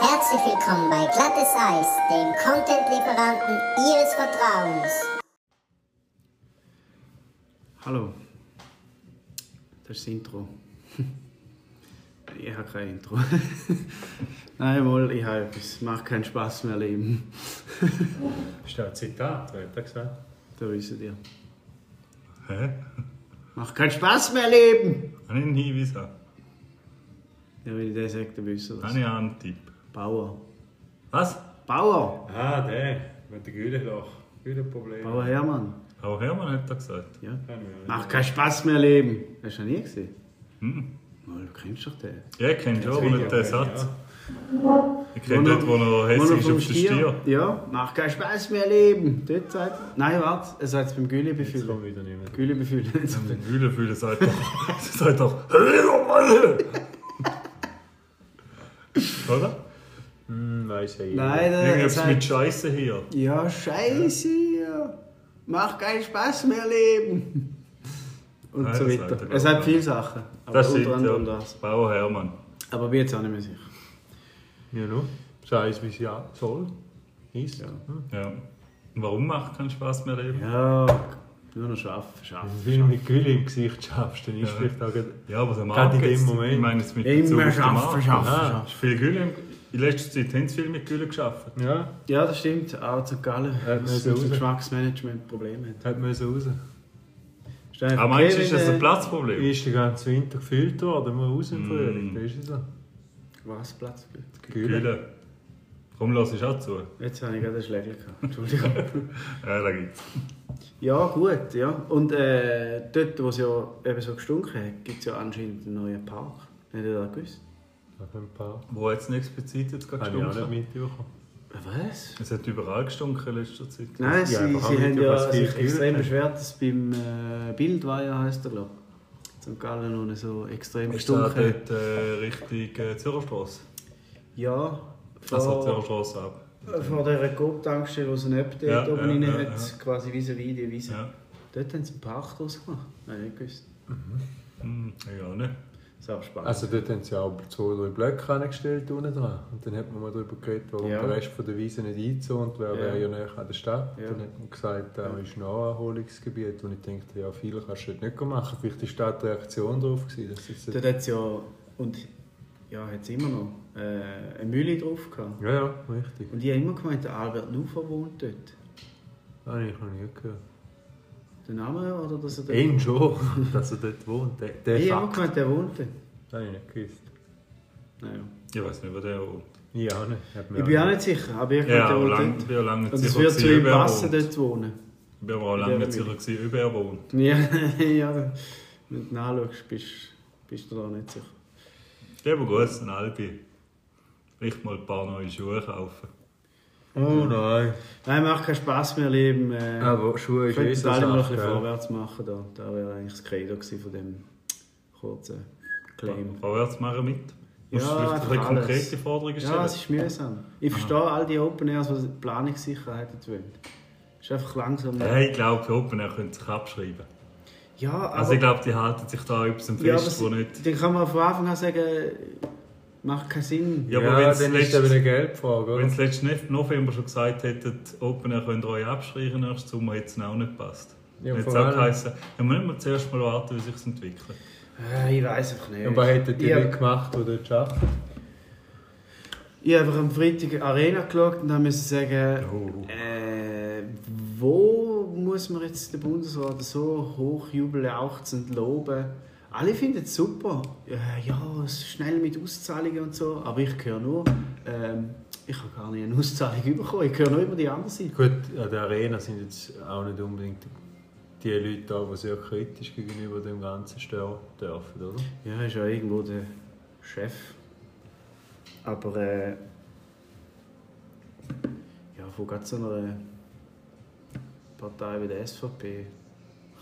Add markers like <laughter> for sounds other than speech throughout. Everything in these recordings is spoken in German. Herzlich willkommen bei Glattes Eis, dem Content-Lieferanten Ihres Vertrauens. Hallo. Das ist das Intro. <laughs> Ich habe kein Intro. <laughs> Nein, wohl, ich habe etwas. Macht keinen Spaß mehr leben. Ist ja ein Zitat, wer hat er gesagt? Da wissen ihr. Hä? Macht keinen Spaß mehr leben! Habe ich einen Hinweis? Habe Ja, wenn ich das sage, dann wisst ihr das. ich einen Tipp? Bauer. Was? Bauer! Ah, der, mit dem Gülenloch. Gülenproblem. Bauer Hermann. Auch Hermann hat er gesagt. Ja. Kennen wir nicht. Macht keinen Spaß mehr leben. Hast du ihn nie gesehen? Hm. Mal, du kennst doch den. Ja, ich kenne schon, aber Video nicht den kenn ich, Satz. ja. Ich kenne dort, wo er hässlich ist vom auf den Stier. Ja, macht keinen Spaß mehr leben. Dort sagt er. Nein, warte, er sagt es beim Jetzt Güllebefühl. kommt wieder nicht mehr. Güllebefühl. Den Wühlen fühlen sagt doch. <laughs> sagt doch. oh <laughs> Oder? Hm, weiss ja jeder. Nein, er Irgendwas sagt- mit Scheiße hier. Äh, Ja, scheiße. Ja. Macht keinen Spaß mehr <laughs> leben. Und Nein, so das sagt er, weiter. glaub Es hat ich. viele Sachen. Aber Das unter stimmt, anderem ja. das. Bauer Hermann. Aber bin jetzt auch nicht mehr sicher. Ja, nur. Sei es, wie es ja soll. Ist. Ja. Hm. Ja. Und Warum macht keinen Spaß mehr Leben? Ja, nur noch schaffen, schaffen. Wenn du viel mit Gülle im Gesicht schaffst, dann ist Ja. vielleicht auch gerade... Ja, aber der Gerade Markt in dem jetzt- Moment. Ich meine, es mit Immer Bezug auf den schaffen, Markt. schaffen, Ah, schaffen. ist Viel Gülle. im- In letzter Zeit haben sie viel mit Gülle geschafft. Ja, Ja, das stimmt. Auch St. Gallen. Äh, Das ist mit müssen dem raus. Geschmacksmanagement Probleme. hat man so raus. Stell Aber Ah, meinst du, ist Kevin, das ein äh, Platzproblem? Ist der ganze Winter gefüllt worden, mal raus im Mm. Frühling. Da ist es so. äh, Was Platz? Gülle. Komm, lass es auch zu. Jetzt habe ich gerade einen Schläger gehabt. Entschuldigung. Ja, da gibt's. ja, gut. Ja. Und äh, dort, wo es ja eben so gestunken hat, gibt es ja anscheinend einen neuen Park. Habt ihr das gewusst? Nach ein paar. Wo hat es nicht explizit jetzt gerade Habe ich auch nicht gestunken? mitbekommen. Was? Es hat überall gestunken in letzter Zeit. Nein, sie, Ja, sie einfach auch haben mit ja über das sich Gleiche extrem gehört. beschwert, dass beim äh, Bild war ja, heisst er, glaube ich. St. Gallen ohne so extrem Ist da gestunken. dort äh, Richtung äh, Zürcherstrasse? Ja, Also vor, Zürcherstrasse ab. äh, vor dieser Coop-Tankstelle, die es neben dort Ja, oben rein ja, ja, hat, quasi vis-à-vis die Wiese. Ja. Dort haben sie einen Park draus gemacht. Nein, nicht gewusst. Hm, ja, ne? Das ist auch spannend. Also dort haben sie auch zwei, drei Blöcke angestellt unten dran. Und dann hat man mal darüber geredet, warum Ja. der Rest von der Wiese nicht eingezont wäre, wäre Ja. ja näher an der Stadt. Ja. Dann hat man gesagt, da ist noch ein Erholungsgebiet. Und ich denke, ja, viele kannst du dort nicht machen. Vielleicht ist da die Reaktion drauf gewesen. dass es dort hat es ja, und ja, hat es immer noch, äh, eine Mühle drauf gehabt. ja, ja, richtig. Und ich habe immer gemeint, der Albert Nufer wohnt dort. Nein, ich noch nie gehört. Der Name oder dass er dort Ihn schon, <laughs> dass er dort wohnt. Der, der Ich habe immer Fakt. gemeint, der wohnt dort. Nein, ich nicht gewusst. Naja. Ich weiß nicht, wo der wohnt. Ich auch nicht. Hat mir Ich bin auch nicht sicher, aber ich Ja, könnte aber wohl lang, dort. ich bin ja lange nicht Und es sicher würde zu gewesen, ihm ob er passen, wohnt. dort zu wohnen. <laughs> Ich bin aber auch der lange nicht sicher, Familie. gewesen, ob er wohnt. Ja, ja wenn du nachschaust, bist, bist du da nicht sicher. Ja, aber gut, ein Albi. Vielleicht mal ein paar neue Schuhe kaufen. Oh nein. Nein, macht keinen Spass mehr, Leben. Äh, Aber Schuhe ist eh könnten so alle mal ein Sache. bisschen gell? vorwärts machen. Da, da wäre eigentlich das Credo gewesen von dem kurzen Claim. Vorwärts machen mit. Ja, Musst du vielleicht ein einfach bisschen alles. konkrete Forderungen stellen? Ja, es ist mühsam. Ich verstehe all die Open Airs, die Planungssicherheiten wollen. Es ist einfach langsam. Hey, ich glaube, die Open Air können sich abschreiben. Ja, aber, Also ich glaube, die halten sich da etwas am ja, aber Fest, wo nicht... es- dann kann man von Anfang an sagen, macht keinen Sinn. Ja, Ja, aber aber wenn's dann ist letztes- das wieder eine Geldfrage, oder? Wenn es letzten November schon gesagt hättet, die Open Air könnt ihr euch abschreiben, nächsten Sommer hätte es auch nicht gepasst. Ja, Ja, Jetzt auch vor allem- geheißen, ja, müssen wir zuerst mal warten, wie sich entwickelt. Äh, Ich weiß einfach nicht. Und was hätten die Ich hab- Leute gemacht, die dort arbeiten? Ich habe einfach am Freitag Arena geschaut und dann musste sagen, Oh. äh, wo muss man jetzt den Bundesrat so hoch jubeljauchzend loben? Alle finden es super. Äh, ja, es ist schnell mit Auszahlungen und so. Aber ich höre nur, ähm, ich habe gar nicht eine Auszahlung <laughs> bekommen. Ich höre nur über die andere Seite. Gut, an der Arena sind jetzt auch nicht unbedingt die Leute da, die sehr kritisch gegenüber dem Ganzen stehen dürfen, oder? Ja, ist ja irgendwo der Chef. Aber äh, ja, von ganz so einer Partei wie der SVP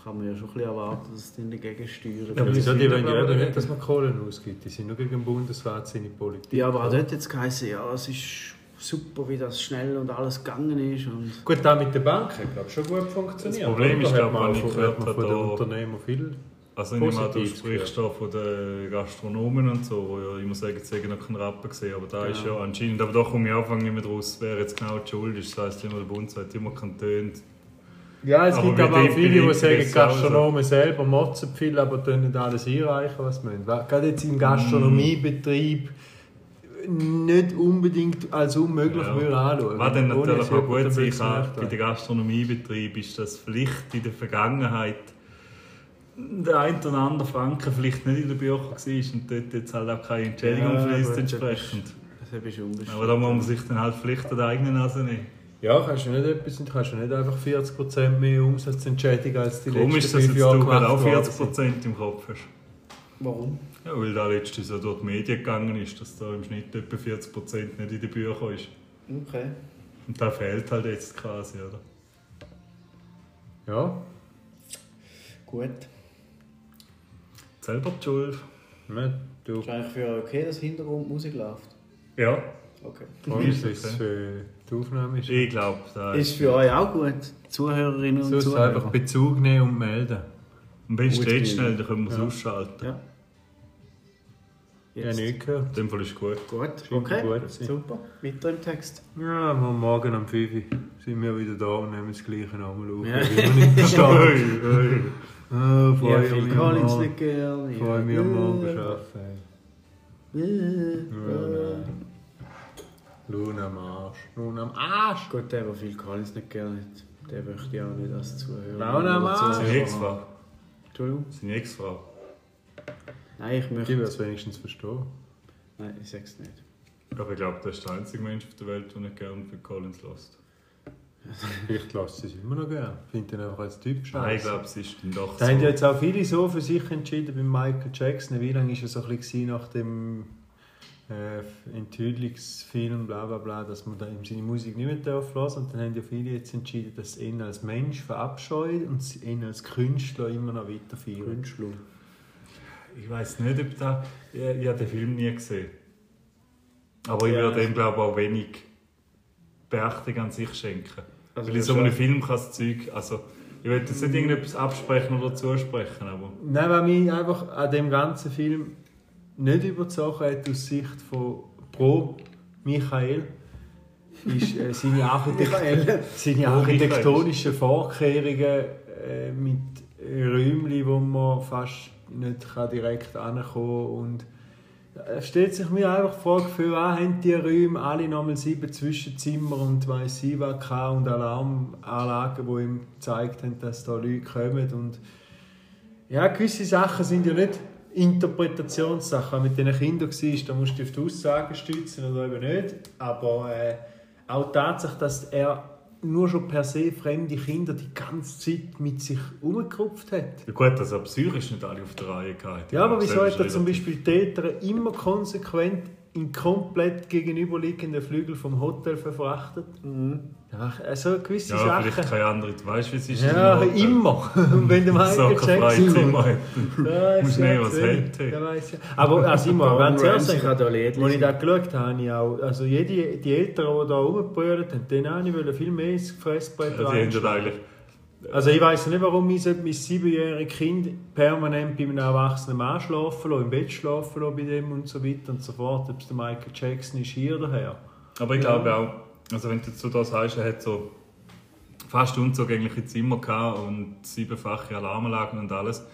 kann man ja schon ein bisschen erwarten, dass die dagegen steuern. Ja, aber die Wieso? sind die ja, wollen ja glaub ich, eben nicht. nicht, dass man Kohlen ausgibt. Die sind nur gegen den Bundesrat, seine Politik. ja, aber also- auch dort hat es geheißen, ja, es ist super, wie das schnell und alles gegangen ist. Und Gut, da mit der Bank hat, glaube ich, schon gut funktioniert. Das Problem Da ist, hat glaub ich, man wenn auch ich von- gehört hat man habe, von den da- Unternehmern viel Also ich nehme an, du Positiv sprichst da von den Gastronomen und so, die ja immer sagen, sie hätten noch keinen Rappen gesehen, aber da ist ja Genau. anscheinend, aber da komme ich anfangen nicht mehr draus, wer jetzt genau die Schuld ist, das heisst immer, der Bund sagt immer Kantone, Ja, es Aber gibt wie aber auch die viele, die Berichte sagen, das also? auch so. Gastronomen selber motzen viel, aber tun nicht alles einreichen, was sie müssen. Weil Gerade jetzt im Gastronomiebetrieb nicht unbedingt als unmöglich Ja. würde anschauen. Was dann Ohne natürlich dass auch jemand gut sein damit kann gemacht bei hat. den Gastronomiebetrieben, ist, dass vielleicht in der Vergangenheit der ein oder andere Franken vielleicht nicht in den Büchern war und dort jetzt halt auch keine Entschädigung Ja, fließt gut, entsprechend. Das ist unbestritten. Aber da muss man sich dann halt vielleicht an der eigenen Nase nehmen. Ja, kannst du nicht etwas, kannst du nicht einfach 40% mehr Umsatzentschädigung als die letzten Komisch, dass jetzt fünf du Jahre gemacht gerade auch worden sind. 40% im Kopf hast. Warum? Ja, weil da letztens ja durch die Medien gegangen ist, dass da im Schnitt etwa 40% nicht in den Büchern ist. Okay. Und da fehlt halt jetzt quasi, oder? Ja, Gut. Selber die Schuld. ne, du Ist eigentlich für euch okay, dass Hintergrundmusik läuft? Ja, Okay. komisch, dass es für äh, die Aufnahme ist. ich glaube, da Ist für euch auch gut, Zuhörerinnen und Sonst Zuhörer. einfach Bezug nehmen und melden. Am Gut besten jetzt gewesen. schnell, dann können wir es Ja. ausschalten. Ja. Ich habe Jetzt. nichts gehört. In dem Fall ist es gut. Gut, Scheint okay. gut zu sein. Super. Weiter im Text. Ja, mal morgen um 5 Uhr sind wir wieder da und nehmen das Gleiche nochmal auf. Ja. Ja. Ich <laughs> nicht verstanden. Ah, Ja, freue Phil mich Collins am nicht gerne. Ich freue mich am Morgen schon. arbeiten. Ja, nein. Luna am Arsch. Luna am Arsch. Gut, der, der Phil Collins nicht gerne hat, der möchte ich auch nicht als Zuhörer. Laune am oder Arsch. Zuhörer Seine haben. Ex-Frau. Entschuldigung. Seine Ex-Frau. Nein, ich Ich will möchte. es wenigstens verstehen. Nein, ich sag's nicht. Aber ich glaube, das ist der einzige Mensch auf der Welt, der nicht gerne für Collins lässt. Vielleicht lasse ich es immer noch gern. Finde ihn einfach als Typ Nein, ich scheiße. glaube, es ist dann doch so. Da haben ja jetzt auch viele so für sich entschieden bei Michael Jackson. Wie lange war er so ein bisschen nach dem äh, Enthüllungsfilm, bla bla bla, dass man da eben seine Musik nicht mehr darf hören Und dann haben ja viele jetzt entschieden, dass sie ihn als Mensch verabscheut und sie ihn als Künstler immer noch weiter feiern. Künstler. Ich weiß nicht, ob da. Ich, ich habe den Film nie gesehen. Aber ich Ja. würde dem, glaube ich, auch wenig Beachtung an sich schenken. Also Weil in so schon- einem Film kann das Zeug. Also, ich will jetzt nicht irgendetwas absprechen oder zusprechen, aber. Nein, was mich einfach an dem ganzen Film nicht überzeugt hat, aus Sicht von Pro Michael, ist äh, <laughs> seine, Architekt seine Pro Michael. architektonischen Vorkehrungen äh, mit Räumchen, wo man fast nicht kann direkt ankommen kann. Und äh, es stellt sich mir einfach die Frage, für was ah, haben die Räume alle nochmal sieben Zwischenzimmer und weiss ich was gehabt und Alarmanlagen, die ihm gezeigt haben, dass da Leute kommen und ja, gewisse Sachen sind ja nicht Interpretationssachen. Auch mit diesen Kindern war, da musst du dich auf die Aussagen stützen oder eben nicht. Aber äh, auch die Tatsache, dass er nur schon per se fremde Kinder die ganze Zeit mit sich umgerupft hat. Ja, gut, dass er psychisch nicht alle auf der Reihe gehabt Ja, aber wieso hat er das zum Beispiel die Eltern immer konsequent in komplett gegenüberliegenden Flügel vom Hotel verfrachtet? Ja, also gewisse Mhm. Ja, Sachen. vielleicht keine andere. Du weißt, wie es ist. Ja, in einem Hotel. immer. <laughs> Und wenn der <laughs> Michael Jackson kommt. Ja, Muss ich nehmen, sag's was nicht. hält, hey. Ja, weiss ich. Aber also immer, ganz ehrlich, ich kann da Liedli als ich das geschaut habe, habe ich auch, also jede, die Eltern, die da rumgebrüllt haben, denen habe ich wollen viel mehr ins Fressbrett Ja, die haben ja eigentlich. Also ich weiß nicht, warum ich sollte mein siebenjähriges Kind permanent bei einem erwachsenen Mann schlafen lassen, im Bett schlafen lassen bei dem und so weiter und so fort, ob es der Michael Jackson ist hier oder her. Aber ich glaube auch, also wenn du jetzt so das sagst, er hat so fast unzugängliche Zimmer gehabt und siebenfache Alarmanlagen und alles.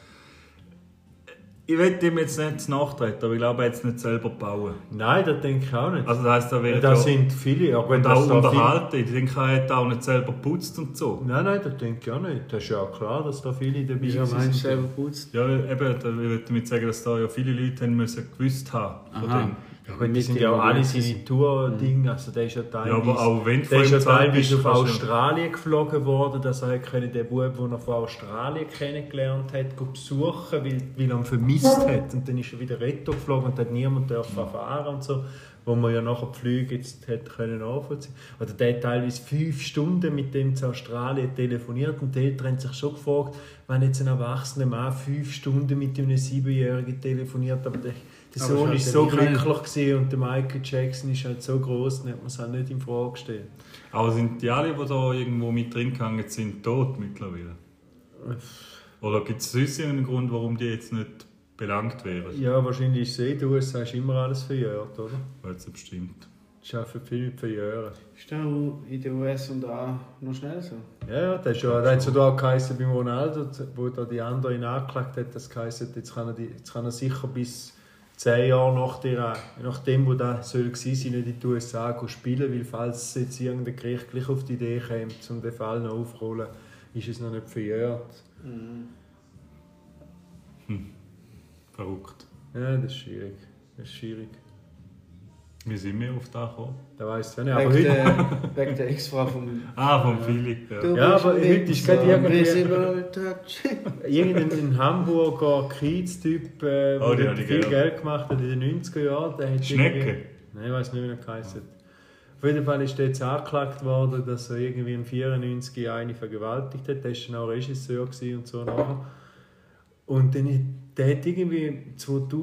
Ich will dem jetzt nicht nachtreten, aber ich glaube, er hat es nicht selber bauen. Nein, das denke ich auch nicht. Also das heisst, er wäre Ja, das sind viele, ja, wenn und das auch da viele- unterhalten. Ich denke, er hat auch nicht selber geputzt und so. Nein, nein, das denke ich auch nicht. Das ist ja auch klar, dass da viele dabei Wieso sind. meinst du selber putzt? Ja, eben, da will ich damit sagen, dass da ja viele Leute haben müssen gewusst haben von Aha. dem. Ja, gut, das sind ja auch alle seine Tour-Dinge. Also, der ist ja teilweise, aber auch wenn du der von ist ihm ja zahlt teilweise bist, auf kannst du- Australien geflogen worden, dass er hätte können, den Bub, den er von Australien kennengelernt hat, go besuchen weil, weil er ihn vermisst hat. Und dann ist er wieder retto geflogen und hat niemand dürfen erfahren und so. Wo man ja nachher die Flüge jetzt hätte können nachvollziehen Oder der hat teilweise fünf Stunden mit dem zu Australien telefoniert und die Eltern haben sich schon gefragt, wenn jetzt ein erwachsener Mann fünf Stunden mit einem Siebenjährigen telefoniert, aber der, der Aber Sohn es ist hat so ja Michael. glücklich glücklich und der Michael Jackson ist halt so groß, dann hat man es halt nicht in Frage gestellt. Aber sind die alle, die da irgendwo mit drin gehangen sind, tot mittlerweile? Oder gibt es sonst irgendeinen Grund, warum die jetzt nicht belangt wären? Ja, wahrscheinlich ist es eh, du hast immer alles verjährt, oder? Weil sie bestimmt. Die arbeiten viel mit Verjähren. Ist das auch in den US und A noch schnell so? Ja, ja, das, ist ja, das hat so da geheißen beim Ronaldo, wo da die andere ihn angeklagt hat, das geheißen, jetzt kann er, die, jetzt kann er sicher bis zehn Jahre nach der, nachdem, wo das soll gewesen sein, nicht in die USA gehen spielen, weil falls jetzt irgendein Gericht gleich auf die Idee kommt, um den Fall noch aufzuholen, ist es noch nicht verjährt. Verrückt. Ja, das ist schwierig. Das ist schwierig. Wie sind wir auf das gekommen? Das weiss ich nicht, aber Wegen heute... der, wegen der Ex-Frau <laughs> vom. Ah, vom Philipp. Ja. Du Ja, bist aber ein heute ist Wichser, gerade irgendwie- Invisible Touch. Irgendein Hamburger Kiez-Typ, äh, Oh, die der hab ich viel gern. Geld gemacht hat in den 90er Jahren. Der hat Schnecke? irgendwie- Nein, ich weiß nicht, wie er geheißen hat. Auf jeden Fall ist der jetzt angeklagt worden, dass er irgendwie im 94 eine vergewaltigt hat. Der war dann auch Regisseur gewesen und so nachher. Und dann hat, der hat irgendwie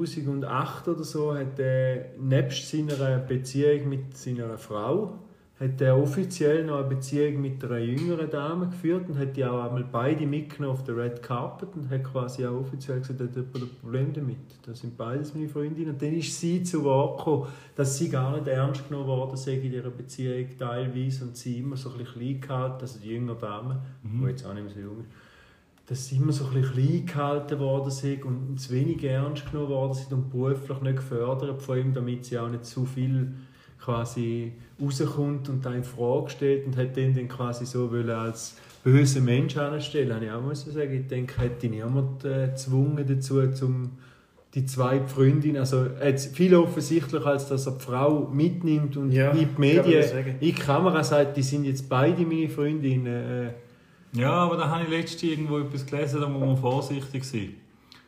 2008 oder so, hat der nebst seiner Beziehung mit seiner Frau, hat er offiziell noch eine Beziehung mit einer jüngeren Dame geführt und hat die auch einmal beide mitgenommen auf der Red Carpet und hat quasi auch offiziell gesagt, er hat jemand ein Problem damit. Das sind beides meine Freundinnen. Und dann ist sie zu Wort gekommen, dass sie gar nicht ernst genommen worden sei in ihrer Beziehung teilweise und sie immer so ein bisschen klein gehalten, also die jüngere Dame, die jetzt auch nicht mehr so jung ist dass sie immer so ein bisschen klein gehalten worden sind und zu wenig ernst genommen worden sind und beruflich nicht gefördert von ihm, damit sie auch nicht zu viel quasi rauskommt und da in Frage stellt und hat den dann quasi so wollen als böse Mensch anstellen. Habe ich auch müssen sagen, ich denke, hätte niemand äh, gezwungen dazu, um die zwei Freundinnen, also jetzt viel offensichtlicher, als dass er die Frau mitnimmt und Ja, in die kann man Medien, das sagen. in die Kamera sagt, die sind jetzt beide meine Freundinnen. Äh, ja, aber da habe ich letztens irgendwo etwas gelesen, da muss man vorsichtig sein.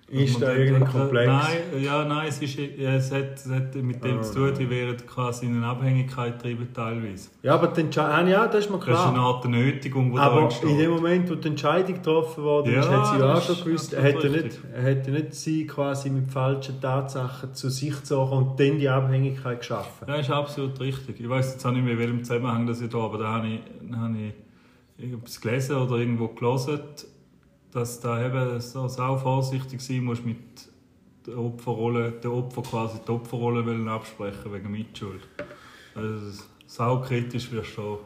Ist Und da man irgendein denkt, äh, Komplex? Nein, ja, nein, es, ist, ja, es, hat, es hat mit dem Ah, zu tun, die werden quasi in eine Abhängigkeit getrieben teilweise. Ja, aber die Entscheidung, ja, das ist mir Das ist klar. eine Art Nötigung, die da aber entsteht. in dem Moment, wo die Entscheidung getroffen wurde, ist, Ja, hat sie ja auch das schon ist gewusst, absolut hätte nicht, richtig. hätte nicht sie quasi mit falschen Tatsachen zu sich gezogen und dann die Abhängigkeit geschaffen. Ja, ist absolut richtig. Ich weiß jetzt auch nicht mehr, in welchem Zusammenhang das ich da, aber da habe ich, da habe ich irgendwas gelesen oder irgendwo gelesen, dass da eben so sau vorsichtig sein musst mit der Opferrolle, der Opfer quasi die Opferrolle wollen absprechen wegen Mitschuld. Also das- sau kritisch wirst du schon.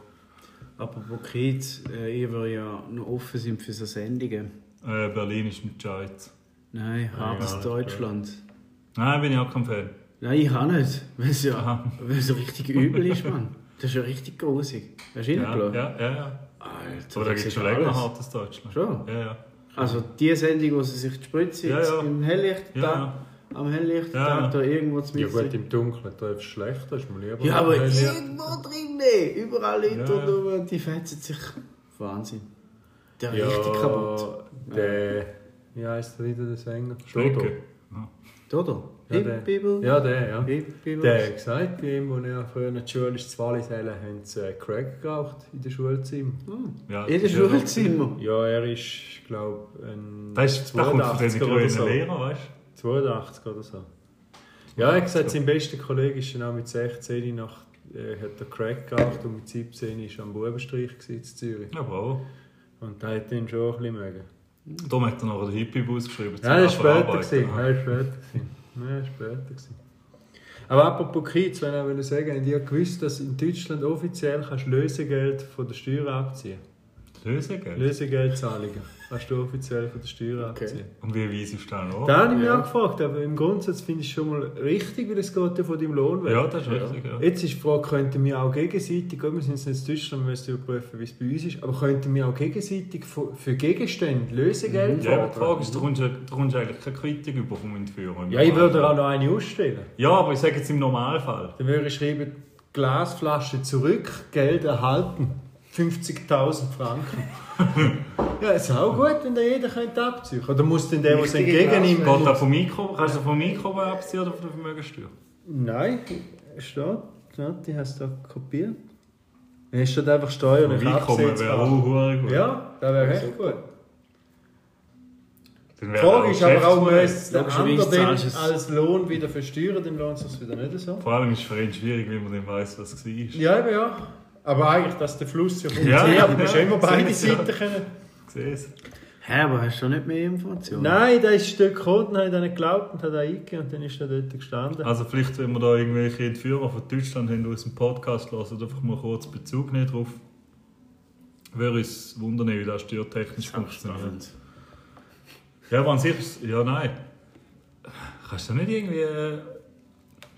Aber wo Kids, äh, ihr wäre ja noch offen sind für so Sendungen. Äh, Berlin ist nicht gescheit. Nein, gar Harz nicht, Deutschland. Nein, bin ich auch kein Fan. Nein, ich kann nicht. Weil es ja Aha. weil es so richtig übel ist, Mann. Das ist ja richtig grusig. Hast du Ja, reingelassen? ja, ja. ja. Alter, Aber da gibt siehst es schon alles. länger hartes Deutschland. Schon? Ja, ja. Also die Sendung, wo sie sich die Spritze Ja, ja. im Helllicht, Ja, da, am Helllicht, Ja, da, ja. da irgendwo zu im Dunkeln treffst du schlechter, ist mir lieber. ja, aber irgendwo drin, ey. überall Leute Ja, ja. und rum, die fetzen sich. Wahnsinn. Der richtig kaputt. Der, wie heisst der wieder, der Sänger? Schlecke. Dodo. Ja, Hip, Bibel. der, ja, der, ja. Hip, Bibel. Der hat gesagt, bei ihm, als er früher in der Schule war, zwei haben sie äh, Crack geraucht in der Schulzimmer. Ja, In der das ist ja- Schulzimmer. Ja, er ist, glaube ich, ein Das ist da kommt von diesen 82er oder grünen so. Lehrer, weißt du? 82 oder so. Ja, er hat gesagt, sein bester Kollege ist dann auch mit 16 nach, äh, hat er Crack geraucht und mit 17 war er am Bubenstreich gewesen in Zürich. Ja, bravo. Und da hat ihn schon ein bisschen mögen. Darum hat er noch einen Hippie-Bus geschrieben. zum Ah, Ja, das war später. Verarbeiten. gewesen. Ja, das war später. gewesen. Ja, das war später. gewesen. Aber apropos Kiez, wenn ich auch wollte sagen habt ihr gewusst, dass in Deutschland offiziell kannst du Lösegeld von der Steuer abziehen Lösegeld. Lösegeldzahlungen kannst du offiziell von der Steuer Okay. abziehen. Und wie weiss ist das noch? Da habe ich mich Ja. auch gefragt, aber im Grundsatz finde ich es schon mal richtig, weil es geht ja von deinem Lohn weg. Ja, das ist richtig, ja. Jetzt ist die Frage, könnten wir auch gegenseitig, gut, wir sind jetzt nicht in Deutschland, wir müssen überprüfen, wie es bei uns ist, aber könnten wir auch gegenseitig für, für Gegenstände Lösegeld Mhm. Ja, aber die Frage fordern? ist, da kommst du da kommst du eigentlich keine Quittung über vom Entführer. Ja, ich würde auch noch eine ausstellen. Ja, aber ich sage jetzt im Normalfall. Dann würde ich schreiben, Glasflasche zurück, Geld erhalten. 50.000 <laughs> Franken. ja, ist auch gut, wenn da jeder könnte abziehen könnte. Oder muss denn der, der es Richtige entgegennimmt... Geht das vom Einkommen, kannst du vom Einkommen abziehen oder von der Vermögenssteuer? Nein, steht. Knatti, hast du das kopiert? Er steht einfach steuerlich Vom Einkommen wäre absetzbar. auch verdammt gut. Ja, das wäre echt gut. Dann Die wäre Frage ist aber auch, Geschäftsmodell. müsste Logischerweise der andere den zahlst du es. als Lohn wieder versteuern, dann lohnt es sich wieder nicht so. Vor allem ist es für ihn schwierig, wenn man nicht weiss, was es war. Ja. Ja, eben ja. Aber eigentlich, dass der Fluss ja funktioniert, Ja, du musst ja ja, immer beide sicher. Seiten können. Siehst du? Hä, aber hast du schon nicht mehr Informationen? Nein, da ist ein Stück Code, dann habe ich dann nicht geglaubt und habe da eingegeben und dann ist er dort gestanden. Also vielleicht, wenn wir da irgendwelche Entführer von Deutschland haben, die unseren Podcast hören, einfach mal kurz Bezug nehmen drauf. Würde uns wundern, wie das steuertechnisch funktioniert. Spannend. Ja, aber an sich ist Ja, nein. Kannst du nicht irgendwie... äh,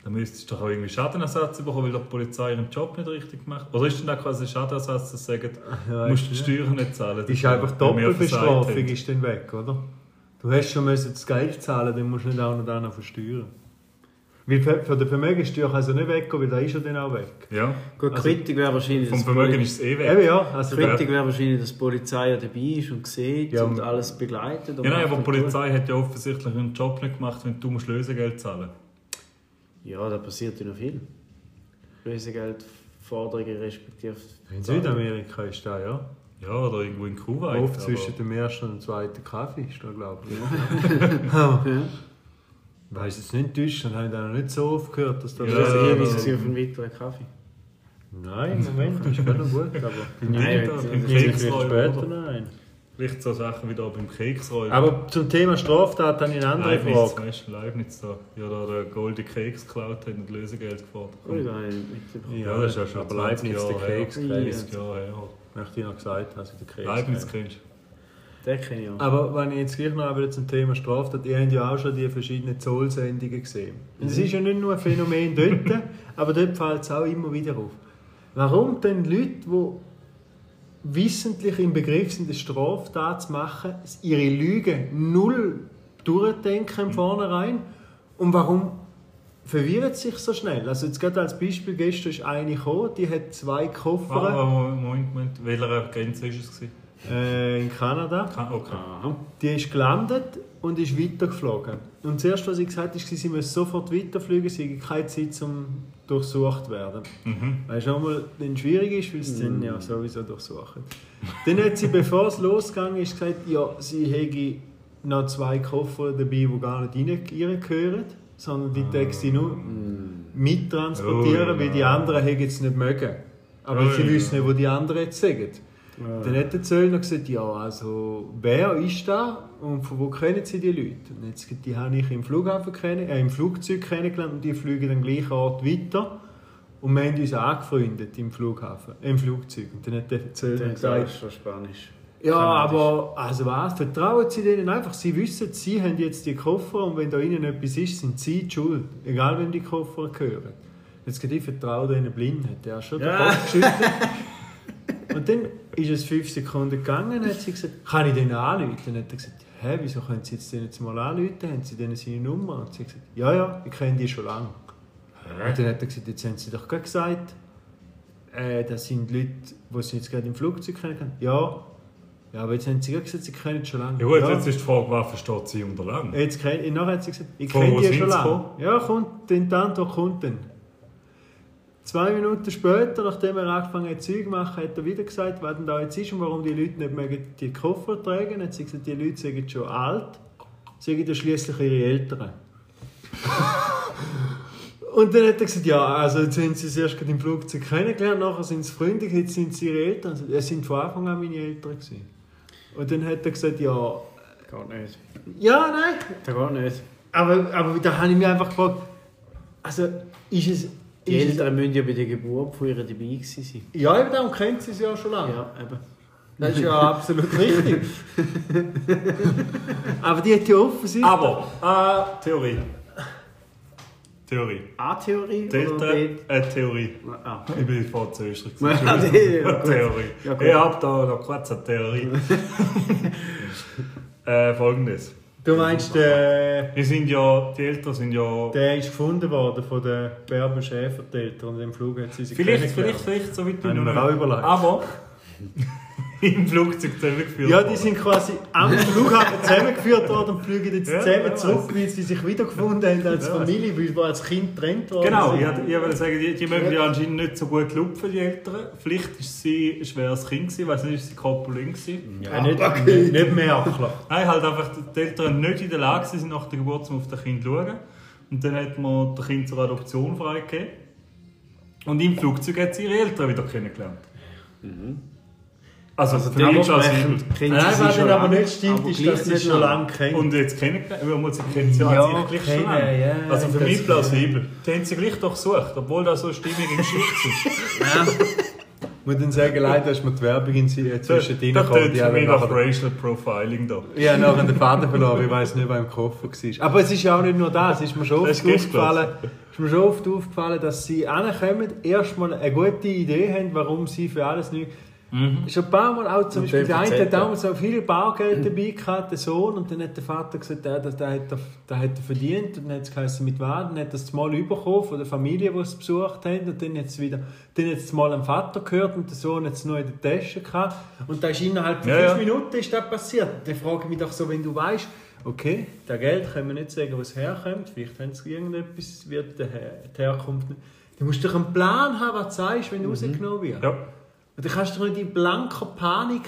Da müsstest du doch auch irgendwie Schadenersatz bekommen, weil doch die Polizei ihren Job nicht richtig macht. Oder ist denn da quasi ein Schadenersatz, dass sie sagen, Ja, du musst die ist- Steuern nicht zahlen? Ist einfach Weil wir versagt Doppelbestrafung haben. ist dann weg, oder? Du hast schon müssen das Geld zahlen, dann musst du nicht auch noch dann noch versteuern. Weil für, für den Vermögensteuer kann es ja also nicht weggehen, weil der ist ja dann auch weg. Ja, Gut, Also, Kritik wäre wahrscheinlich, vom dass Vermögen Poli- ist es eh weg. Eben ja, also Ja. Kritik wäre wahrscheinlich, dass die Polizei ja dabei ist und sieht Ja, und aber- alles begleitet. und Ja, nein, macht aber die und tut. Polizei hat ja offensichtlich ihren Job nicht gemacht, wenn du musst Lösegeld zahlen Ja, da passiert ja noch viel. Lösegeldforderungen respektive. in Südamerika ist da, ja. Ja, oder irgendwo in Kuwait. Oft aber- zwischen dem ersten und zweiten Kaffee ist da, glaube ich. <laughs> Ja. Ich weiss jetzt nicht, in Deutschland habe ich da noch nicht so oft gehört, dass da Ja, Das ist eher ja, wie ja. sie auf einen weiteren Kaffee. Nein, Moment, das ist gerade noch gut, aber... <laughs> Nein, wenn- Nein, im wenn- Vielleicht Kriegsräumen, später oder? noch einen. Vielleicht so Sachen wie da beim Kriegsräumen. Aber zum Thema Straftat habe ich eine andere Leibniz, Frage. weißt du, Leibniz da. Ja, da den goldenen Keks geklaut haben und Lösegeld gefordert Oder haben. gar nicht mitbekommen. Ja, das ist ja schon Aber 20 Leibniz, Jahre der Keks, her. Keks. 30 Jahre her. Möchte ich noch gesagt haben, also der Keks. Leibniz kennst du. Den kenne ich auch. Aber wenn ich jetzt gleich noch einmal zum Thema Straftat, ihr habt ja auch schon die verschiedenen Zollsendungen gesehen. Und Es ist ja nicht nur ein Phänomen dort, aber dort fällt es auch immer wieder auf. Warum denn Leute, die wissentlich im Begriff sind, eine Straftat zu machen, ihre Lügen null durchdenken im Vornherein? Und warum verwirrt sich so schnell? Also jetzt gerade als Beispiel, gestern ist eine gekommen, die hat zwei Warte mal, Koffer Ah, Moment, Moment. Welcher Grenze war es? gewesen? äh, in Kanada. Ka- Okay. Aha. Die ist gelandet und ist weitergeflogen. Und das erste, was sie gesagt hat, war, sie müsse sofort weiterfliegen, sie habe keine Zeit zum durchsucht werden. Mhm. Weil schon mal dann schwierig ist, weil sie dann ja sowieso durchsuchen. dann hat sie, bevor es losgegangen ist, gesagt, ja, sie hätte noch zwei Koffer dabei, die gar nicht rein- reingehören, sondern die täte sie nur Hm. mittransportieren, Ah. Oh, weil die ja. anderen hätten es nicht mögen. Aber Oh, sie ja. wissen nicht, wo die anderen jetzt sagen. Dann hat der Zöllner gesagt, ja, also wer ist da und von wo kennen sie die Leute? Und jetzt gesagt, die habe ich im Flughafen kennen, äh, im Flugzeug kennengelernt und die fliegen dann gleichen Ort weiter. Und wir haben uns angefreundet im Flughafen, im Flugzeug. Und dann hat der Zöllner Den gesagt, ist schon Spanisch. ja, Kanadisch. aber also was? Vertrauen Sie denen einfach. Sie wissen, Sie haben jetzt die Koffer und wenn da innen etwas ist, sind Sie die schuld. Egal, wem die Koffer gehören. Jetzt geht ich vertraue denen blind. Hat der schon den Ja. Kopf geschüttelt. und dann ist es fünf Sekunden gegangen hat sie gesagt, kann ich denen anrufen? Dann hat er gesagt, hä, wieso können Sie jetzt denen jetzt mal anrufen? Haben Sie denen seine Nummer? Und sie hat gesagt, ja, ja, ich kenne die schon lange. Und dann hat er gesagt, jetzt haben Sie doch gerade gesagt, äh, das sind Leute, die Sie jetzt gerade im Flugzeug kennen. Ja. Ja, aber jetzt haben sie gerade gesagt, sie kennen schon lange. Ja gut, jetzt ist die Frage, wer versteht sie unter lang? Jetzt kenn, und nachher hat sie gesagt, ich Von kenne wo die sind schon sie lange. gekommen? Ja, kommt, dann die Antwort kommt dann. Zwei Minuten später, nachdem er angefangen hat, Zeug zu machen, hat er wieder gesagt, was denn da jetzt ist und warum die Leute nicht mögen, die Koffer tragen. Dann hat sie gesagt, die Leute sind schon alt, sind ja schließlich ihre <laughs> Eltern. Und dann hat er gesagt, ja, also jetzt haben sie es erst gerade im Flugzeug kennengelernt, nachher sind sie Freunde, jetzt sind sie ihre Eltern. Also, Es sind von Anfang an meine Eltern. Gewesen. Und dann hat er gesagt, ja, Geht nicht. ja, nein, Das geht nicht. aber, aber da habe ich mich einfach gefragt, also ist es. Ist Die es Eltern müssen ja bei der Geburt von ihr dabei gewesen sein. ja, eben darum kennt sie es ja schon lange. Ja, eben. Das ist ja <laughs> absolut richtig. aber die hat ja offensichtlich. Aber, äh, Theorie. Theorie. A-Theorie Die oder B? Eltern, äh, Theorie. Ah. Ich bin Französisch. Ja, die- ja, gut. Theorie. Ja, gut. ich habe da noch kurz <laughs> eine Theorie. äh, Folgendes. Du meinst, der, Die, sind ja, die Eltern sind ja... der ist gefunden worden von der Bärbel Schäfer, die Eltern, und im Flug hat sie sich Vielleicht, vielleicht, vielleicht, so weit Haben noch wir nicht. auch überlegt. Aber <laughs> im Flugzeug zusammengeführt. Ja, die sind quasi am Flughafen zusammengeführt worden und fliegen jetzt Ja, zusammen wer zurück, weil sie sich wiedergefunden haben als Wer weiß. Familie, weil sie als Kind getrennt worden Genau, sind. ich, hätte- ich würde sagen, die, die mögen ja anscheinend nicht so gut lupfen, die Eltern. Vielleicht war sie ein schweres Kind, gewesen, weiss nicht, ist sie Kopulin gewesen. ja, Äh, nicht, nicht, nicht merklich. Nein, halt einfach, die Eltern nicht in der Lage waren, nach der Geburt zum auf das Kind zu schauen. Und dann hat man das Kind zur Adoption freigegeben. Und im Flugzeug hat sie ihre Eltern wieder kennengelernt. Also, Also für mich ist das dementsprechend kennt Nein, sie sie was schon dann aber lange, nicht stimmt, aber ist, gleich dass sie nicht es schon lange. lange kennt. Und jetzt kennengelernt, weil man sie kennt, sie Ja, hat sie gleich schon kennen, lange. ja, Also für das- mich plausibel. Die haben sie gleich doch gesucht, obwohl da so stimmige Geschichte ist. Ich muss dann sagen, leider ist mir die Werbung in sie äh, Das zwischen tönt denen für Ich habe mich nach nachher- Racial Profiling da. ich habe nachher den Faden verloren, ich weiß nicht, wer im Koffer war. Aber es ist ja auch nicht nur das, es ist mir schon Das oft ist aufgefallen, ist mir schon oft aufgefallen, dass sie ankommen, erstmal eine gute Idee haben, warum sie für alles nichts. Mhm. Schon ein paar Mal auch zum Und Beispiel, dann der eine verzählt hat er. damals auch viel Bargeld dabei gehabt, der Sohn, und dann hat der Vater gesagt, der, der, der, hat, er- der hat er verdient, und dann hat es geheißen, mit was, dann hat er es mal bekommen von der Familie, die es besucht haben, und dann hat es wieder, dann hat es mal am Vater gehört, und der Sohn hat es nur in der Tasche gehabt, und da ist innerhalb von Ja, ja. fünf Minuten ist das passiert. Dann frage ich mich doch so, wenn du weißt, okay, das Geld können wir nicht sagen, wo es herkommt, vielleicht haben sie irgendetwas, wird der Her- die Herkunft nicht. Du musst doch einen Plan haben, was du sagst, wenn du rausgenommen wirst. Ja. Und dann kannst du doch nicht in blanker Panik.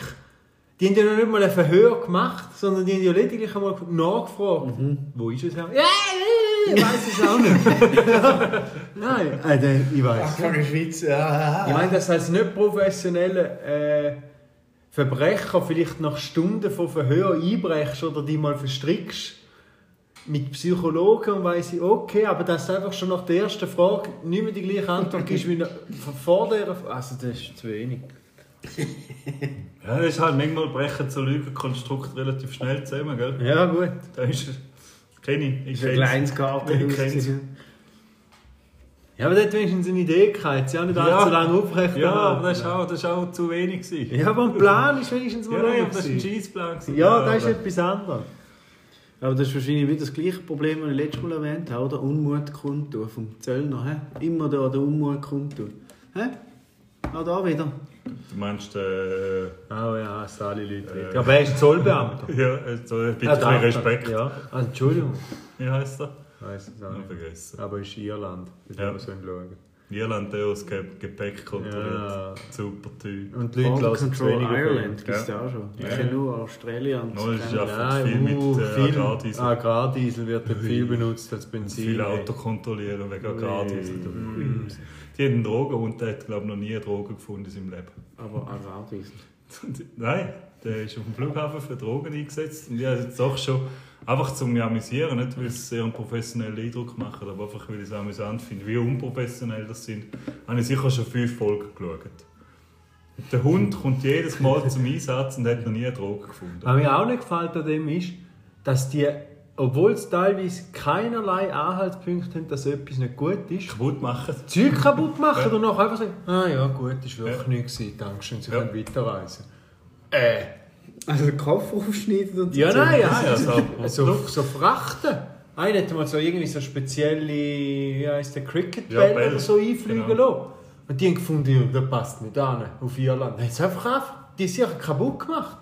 Die haben ja noch nicht mal ein Verhör gemacht, sondern die haben ja lediglich einmal nachgefragt, wo ist es her? Ja, ja, ja, ich weiß es auch nicht. <laughs> Nein, äh, nein, ich weiß. keine Schweiz. Ich meine, dass als nicht professionelle äh, Verbrecher vielleicht nach Stunden von Verhör einbrechst oder die mal verstrickst mit Psychologen und weiss ich, okay, aber dass du einfach schon nach der ersten Frage nicht mehr die gleiche Antwort gibst wie nach- vor der Also das ist zu wenig. Ja, das ist halt manchmal brechen zu Lügenkonstrukt relativ schnell zusammen, gell? Ja gut. Da ist kenne ich. Ich ist ein kenn's. kleines Garten. Ich kenn's. Ja, aber dort wenigstens eine Idee gehabt, sie haben nicht Ja. allzu lange aufrecht Ja, aber das ist halt- auch, das ist auch zu wenig gewesen. ja, aber ein Plan ist wenigstens Ja, mal nein, ja, aber das war ein Scheißplan. gewesen. ja, das ist aber- etwas anderes. Aber das ist wahrscheinlich wieder das gleiche Problem, das ich letztes Mal erwähnt habe, oder? Unmut kundtun vom Zöllner. He? Immer da der Unmut kundtun. Hä? Auch da wieder. Du meinst, äh, Oh ja, es sind alle Leute. Äh. Äh. Aber er ist Zollbeamter. ja, äh, so ein Ah, bisschen danke. Respekt. Ja, Ah, Entschuldigung. Wie heisst er? Weiß es auch Ich nicht. hab vergessen. Aber es ist Irland, das Ja. ja. muss man schauen. Irland, der aus Ge- Gepäck kontrolliert. Ja. Super Typ. Und die Leute Border lassen zu Control wenig auf Ireland ihn. gibt es Ja. da auch schon. Ich Ja, kenne ja. nur Australien und Nein, das ist Kanada. ja- viel mit, äh, Agrardiesel. uh, Agrardiesel wird dort viel benutzt als Benzin. Viele Auto kontrollieren wegen Agrardis. Die haben Drogen und der hat, glaube ich, noch nie eine Droge gefunden in seinem Leben. Aber Agrardiesel. <laughs> Nein, der ist auf dem Flughafen für Drogen eingesetzt. Und ich habe jetzt doch schon, einfach zum mich amüsieren, nicht weil es sehr einen professionellen Eindruck macht, aber einfach weil ich es amüsant finde, wie unprofessionell das sind, habe ich sicher schon fünf Folgen geschaut. Der Hund kommt jedes Mal zum Einsatz und hat noch nie eine Droge gefunden. Was mir auch nicht gefällt an dem ist, dass die, obwohl es teilweise keinerlei Anhaltspunkte haben, dass etwas nicht gut ist, Kaputt machen. Zeug kaputt machen und nachher einfach sagen, ah ja gut, ist wirklich Ja. nichts gewesen, Dankeschön, Sie Ja. können weiterreisen. Äh, Also den Koffer aufschneiden und Ja, nein, Das ja, ist ja so. <laughs> so, so, so Frachten. Einer hätte mal so irgendwie so spezielle, wie heisst der, cricket Ja, Bälle. oder so einfliegen Genau. lassen. Und die haben gefunden, ja, das passt nicht an, auf Irland. Dann haben sie einfach, einfach die Sache kaputt gemacht.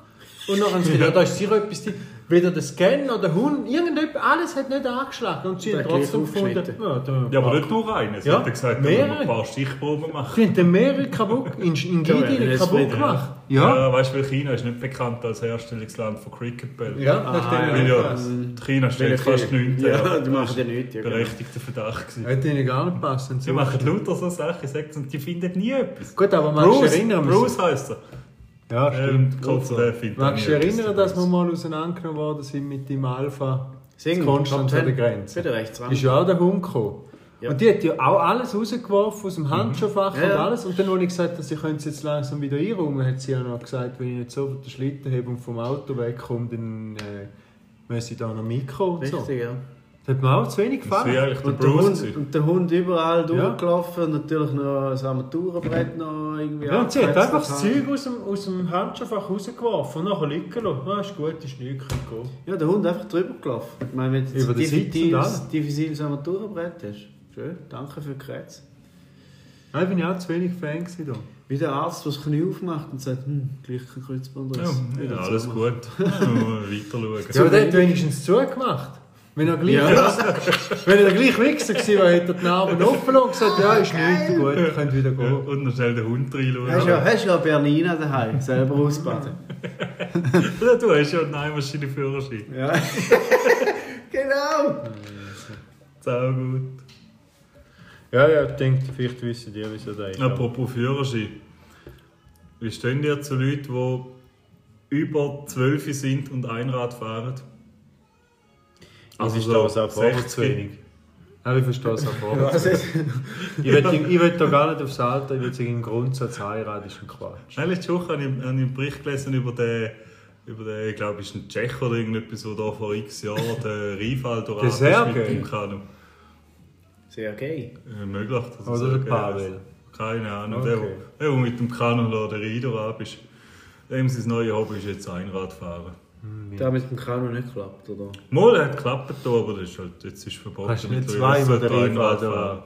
Und dann haben <laughs> sie gedacht, ja, da ist sicher etwas drin. Weder der Scan noch der Hund, irgendetwas, alles hat nicht angeschlagen. Und sie Der haben trotzdem gleich aufgeschnitten. gefunden, ja, da, Ja, aber nicht nur einen. Sie Ja, hat ja gesagt, wir mehrere. müssen ein paar Stichproben machen. Sie haben dann mehrere kaputt, in, <laughs> in Ja, Gidini das kaputt wird- gemacht. Ja. Ja. Äh, weißt du, weil China ist nicht bekannt als Herstellungsland von Cricketbällen. Ja, Ah, nachdem Weil ja, Ähm, China stellt welche- fast nichts Ja, her. die machen ja nichts, ja, genau. Berechtigter Verdacht gewesen. Hätte ihnen gar nicht passen. Sie machen lauter so Sachen, sagt und die finden nie etwas. Gut, aber man Bruce, erinnern Bruce heisst er. Ja, Ähm, Kopf, der findet Magst du nie dich etwas, erinnern, der dass wir Bruce. mal auseinandergenommen worden sind mit dem Alpha Singen, in Konstanz Top an der Ten. Grenze? Wieder rechts ran. Ist ja auch der Hund gekommen. Ja. Und die hat ja auch alles rausgeworfen aus dem Mhm. Handschuhfach Ja, und ja. alles. Und dann, als ich gesagt habe, sie können es jetzt langsam wieder einräumen, hat sie ja noch gesagt, wenn ich nicht sofort den Schlittenhebung vom Auto wegkomme, dann äh, müsse ich da noch mitkommen und so. Richtig, ja. Das hat mir auch zu wenig Das ist gefallen. eigentlich der Und der, Bruce. Hund, gewesen. und der Hund überall durchgelaufen, natürlich noch das Armaturenbrett noch irgendwie Ja, und sie hat abgefetzt einfach das gehabt. Zeug aus dem, aus dem Handschuhfach rausgeworfen und nachher liegen lassen. Ah, ist gut, ist nichts gekommen. Ja, der Hund einfach drüber gelaufen. Ich meine, wenn du Über jetzt den Sitz und diffiziles, alles. diffiziles Armaturenbrett hast. Schön, danke für die Kreuz. Nein, bin ich auch zu wenig Fan gewesen. da. Wie der Arzt, der das Knie aufmacht und sagt, hm, gleich kein Kreuzbandriss. Ja, ja, Wieder alles zumachen. gut. <laughs> Ja, nur Weiter schauen. Ja, aber der hat wenigstens zugemacht. Wenn er gleich, Ja. wenn er der gleich Wichser <laughs> gewesen wäre, hätte er den Abend offen lassen und gesagt, ja, ist nicht gut, ihr könnt wieder Ja, gehen. Und noch schnell den Hund Hast du ja, reinschauen. hast du ja Bernina <laughs> daheim, selber ausbaden. Du hast <laughs> ja einen Eimaschine-Führerschein. Ja. genau! Sehr gut. Ja, ja, ich denke, vielleicht wissen die, wieso der ist. Apropos Führerschein. Wie stehen ihr zu Leuten, die über 12 sind und Einrad fahren? Also ist das auch vorher 60. zu wenig. Nein, ich verstehe Also es auch vorher. Was ist? Ich will, ich will da gar nicht aufs Alter, ich will sagen, im Grundsatz heiraten ist ein Quatsch. Nein, letzte Woche habe ich, habe ich einen Bericht gelesen über den, über den ich glaube, ist ein Tschech oder irgendetwas, der da vor x Jahren den Rheinfall durch Der ist Sergei? mit dem Kanu. Sehr gay. Äh, möglich, dass Oder Sergei der Pavel. heisst. Keine Ahnung. Der, Okay. Der, der mit dem Kanu da den Rhein durch ist. Dem sein neues Hobby ist jetzt Einradfahren. Da mit dem Kanu nicht klappt, oder? Mal hat geklappt, da, aber das ist halt, jetzt ist verboten. Kannst du nicht mittlerweile zweimal den Rheinrad Einrad fahren.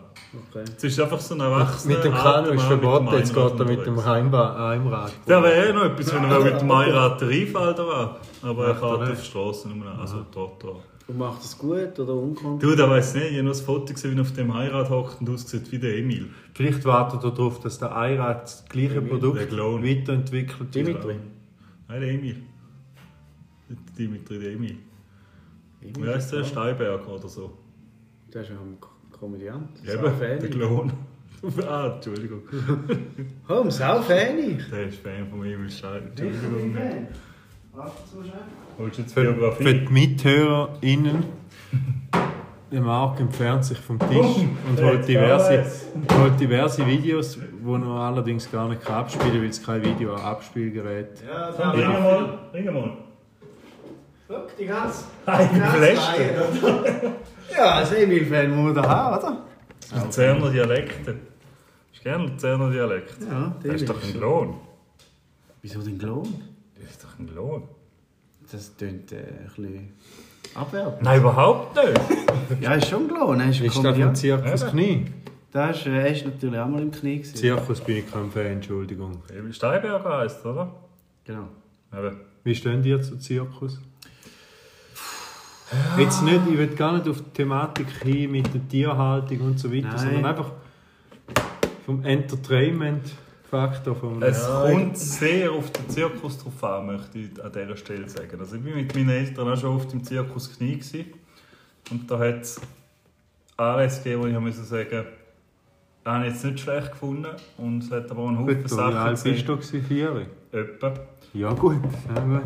Okay. Jetzt ist einfach so ein Erwachsener. Mit dem Kanu ist alter Mann verboten, jetzt Einrad geht er mit dem unterwegs. Heimba- Heimrad. Der wäre eh noch etwas, wenn er mit dem Einrad den Rheinfall da wäre. Aber Macht er er fährt auf nicht. die Straße nur noch. Also dort, da. Und macht es gut oder unkompliziert? Du, der weiß nicht, ich habe nur ein Foto gesehen, wie er auf dem Einrad hockt und aussieht wie der Emil. Vielleicht wartet er darauf, dass der Einrad das gleiche Produkt der Clone. weiterentwickelt wird. Dimitri. Nein, der Emil. Nicht der Dimitri, der Emil. Wie heißt der? Steinberg oder so. Der ist ja ein K- Komödiant. Eben, der Saufähni. Klon. <laughs> ah, Entschuldigung. Oh, im Saufähni. Der ist Fan von Emil Stein. Entschuldigung. Nein, Holst du jetzt Für, für Biografie? die MithörerInnen, der Marc entfernt sich vom Tisch Oh, und holt diverse, holt diverse Videos, die er allerdings gar nicht kann abspielen weil es kein Video-Abspielgerät Komm, ring mal. Ring mal. Guck, die ganze... Ein Flash. Ja, als Emil-Fan muss man da haben, oder? Luzerner Dialekte. Ist gerne Luzerner Dialekt. Ja, Das ist doch ein Klon. Wieso den Klon? Das ist doch ein Klon. Das tönt äh, ein bisschen abwärts. Nein, überhaupt nicht. Ja, ist schon ein Klon. Er ist ein Ist das vom Komödiant. Zirkus Knie? Da ist, äh, er ist natürlich auch mal im Knie. gewesen. Zirkus bin ich kein Fan, Entschuldigung. Emil Steinberger heisst, oder? Genau. Eben. Wie stehen dir zu Zirkus? Jetzt nicht, ich will gar nicht auf die Thematik hin mit der Tierhaltung und so weiter, Nein. sondern einfach vom Entertainment-Faktor. Vom Es kommt sehr auf den Zirkus drauf an, möchte ich an dieser Stelle sagen. Also ich war mit meinen Eltern auch schon oft im Zirkus Knie. Gewesen. Und da hat es Anlässe gegeben, wo ich musste sagen, das habe ich jetzt nicht schlecht gefunden. Und es hat aber auch einen Haufen Gut, du, wie Sachen alt bist gesehen. du? gewesen? Vier? Etwa. Ja gut. Ja, gut.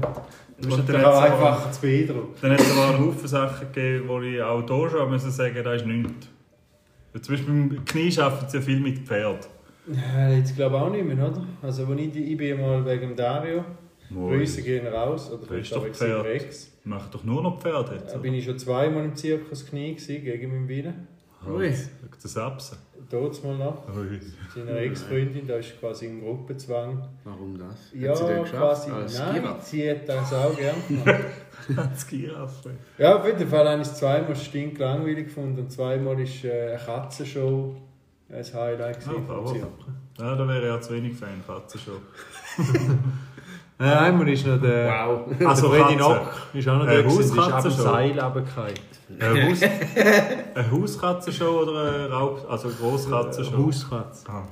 Und dann hat's aber- zu beeindrucken. Dann hat es aber einen Haufen Sachen gegeben, wo ich auch hier schon musste sagen, da ist nichts. Zum Beispiel beim Knie arbeiten sie ja viel mit Pferd. Ja, jetzt glaube ich auch nicht mehr, oder? Also als ich, die- ich bin mal wegen dem Dario, Grüße gehen raus, oder Das ist doch aber ich war Pferd. Rex. Macht doch nur noch Pferde jetzt. Da oder? bin ich schon zweimal im Zirkus Knie gewesen, gegen meinen Willen. Halt, Ui. Sag das Absen. Dort mal noch. Ui. <laughs> Seiner Ex-Freundin, da ist quasi im Gruppenzwang. Warum das? Ja, Hat sie den geschafft? quasi. Als Nein, Skier? sie hat das auch gern gemacht. Das Giraffe. ja, auf jeden Fall habe ich es zweimal stinklangweilig gefunden und zweimal ist äh, eine Katzenshow ein Highlight Ah, gewesen vom Power. Zirkus. Ja, da wäre ich auch zu wenig Fan, <laughs> Katze schon. Nein, einmal ist noch der, Wow. <laughs> also Der der Freddy Freddy Nock ist auch noch Äh, der gewesen, ist ab Hauskatze dem schon. Seil runtergefallen. Eine, Haus eine Hauskatze schon oder eine Raub... also eine Grosskatze schon? Hauskatze. Ah.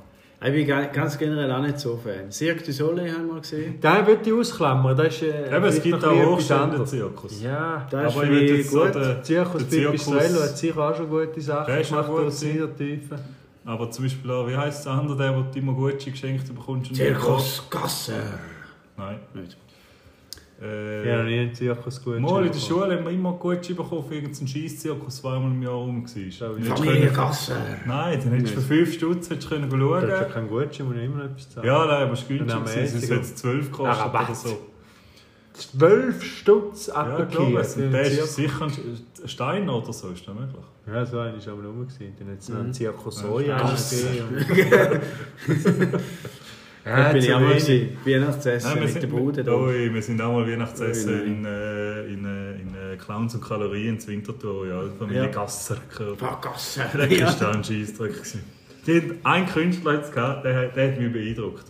Ich bin ga- ganz generell auch nicht so Fan. Cirque du Soleil haben wir gesehen. Den möchte ich ausklammern, das ist äh, Eben, es vielleicht gibt noch auch ein bisschen anderes. Hochständen-Zirkus. Ja, Das ist Aber für ich würde mich jetzt so gut. den, Zirkus den Pippi Strello hat Zirkus... sicher auch schon gute Sachen Der ist gemacht, auch gut Äh, aus gewesen. seiner Tiefe. Aber zum Beispiel auch, wie heisst der andere, der, der immer Gucci geschenkt bekommst? und- Zirkus Gasser. Nein. Nicht. Ich habe noch Äh, nie einen Zirkus gut mal in der geschaut. Schule haben wir immer Gucci bekommen für irgendeinen Scheiss-Zirkus, der einmal im Jahr rum war. Nicht Familie können- Gasser. Nein, dann hättest du für 5 Stutz hättest du können schauen Du hast ja können. kein Gutschein, muss ich immer noch etwas zahlen. Ja, nein, aber es war günstig. Dann haben wir gewesen, jetzt Sonst hätte es 12 Ah, gekostet Rabatt. oder so. 12 Stutz Ah, Ja, ich glaube also es. Und der ist Zirkus- sicher ein Stein oder so, ist das möglich? Ja, so einer ist aber rum. gewesen. Dann hat es noch einen Zirkus Soja Krass. gegeben. <laughs> Da bin ich auch mal wenig. gewesen. Weihnachtsessen mit der Bude. da. Ui, wir sind auch mal Weihnachtsessen Ui, nein. in, äh, in, äh, in äh, Clowns und Kalorien in Winterthur, ja, Familie Ja. Gasser. gehört. Ah, Gasser. Der ist da ein Scheissdreck gewesen. Die haben einen Künstler jetzt gehabt, der, hat- der hat mich beeindruckt.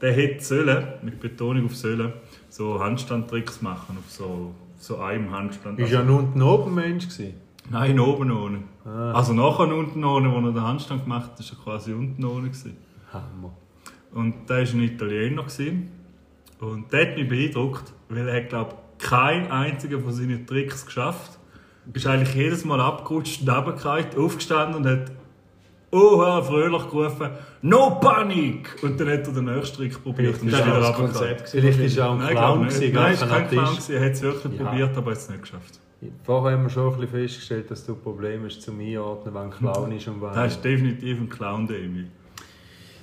Der hätte sollen, mit Betonung auf sollen, so Handstandtricks machen, auf so, so einem Handstand. Also, Ist ja nur ein oben Mensch gewesen. Nein, oben ohne. Ah. Also nachher unten ohne, wo er den Handstand gemacht hat, war er quasi unten ohne. Gewesen. Hammer. Und der war ein Italiener. Gewesen. Und der hat mich beeindruckt, weil er, glaube ich, keinen einzigen von seinen Tricks geschafft. Ist eigentlich jedes Mal abgerutscht, runtergefallen, aufgestanden und hat Oha, fröhlich gerufen, No Panic! Und dann hat er den nächsten Trick probiert und ist dann das wieder das runtergekommen. Konzept. Vielleicht ist er auch ein Nein, ich glaube Clown nicht. gewesen, Nein, gar es war kein kein Clown. Tisch. gewesen. Er hat es wirklich Ja. probiert, aber hat es nicht geschafft. Vorher haben wir schon ein bisschen festgestellt, dass du Probleme hast zum Einordnen, wann Clown ist und wann. Das ist definitiv ein Clown, der Emil.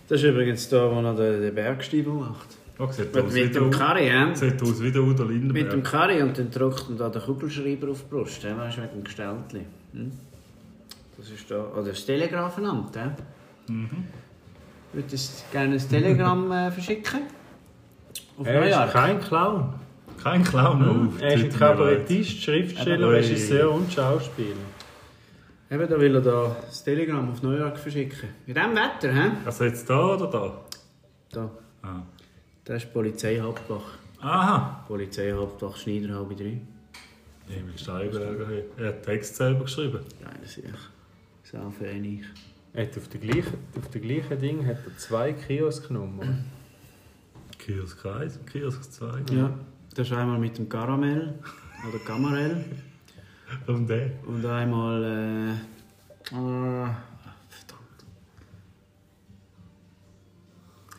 Das ist übrigens da, wo er den, den Bergstiebel macht. Oh, sieht Mit, aus mit wie dem der- Karri, hä? Sieht aus wie der Udo Lindenberg. Mit dem Karri und dann drückt ihm da den Kugelschreiber auf die Brust, hä? Weißt du, mit dem Gestelltli. Hm? Das ist da. Oder das Telegrafenamt, hä? Mhm. Würdest du gerne ein Telegramm äh, verschicken? Auf er ist Neujahr? kein Clown. Hm? Kein Clown, oh, Er ist ein tut mir leid. Kabarettist, Schriftsteller, Ui. Regisseur und Schauspieler. Eben, da will er da das Telegramm auf Neujahr verschicken. Mit dem Wetter, hä? Also jetzt da oder da? Da. Ah. Das ist die Polizei Hauptbach. Aha. Polizei Hauptbach, Schneider halb drei. Emil Steiberger, hey. er hat den Text selber geschrieben. Geil, sicher. So für ich. Er hat auf der gleichen, auf der gleichen Ding hat er zwei Kiosknummern. Kiosk 1 und Kiosk 2. Ja, das ist einmal mit dem Caramel oder Camarel Und der? und einmal. Äh, äh, verdammt.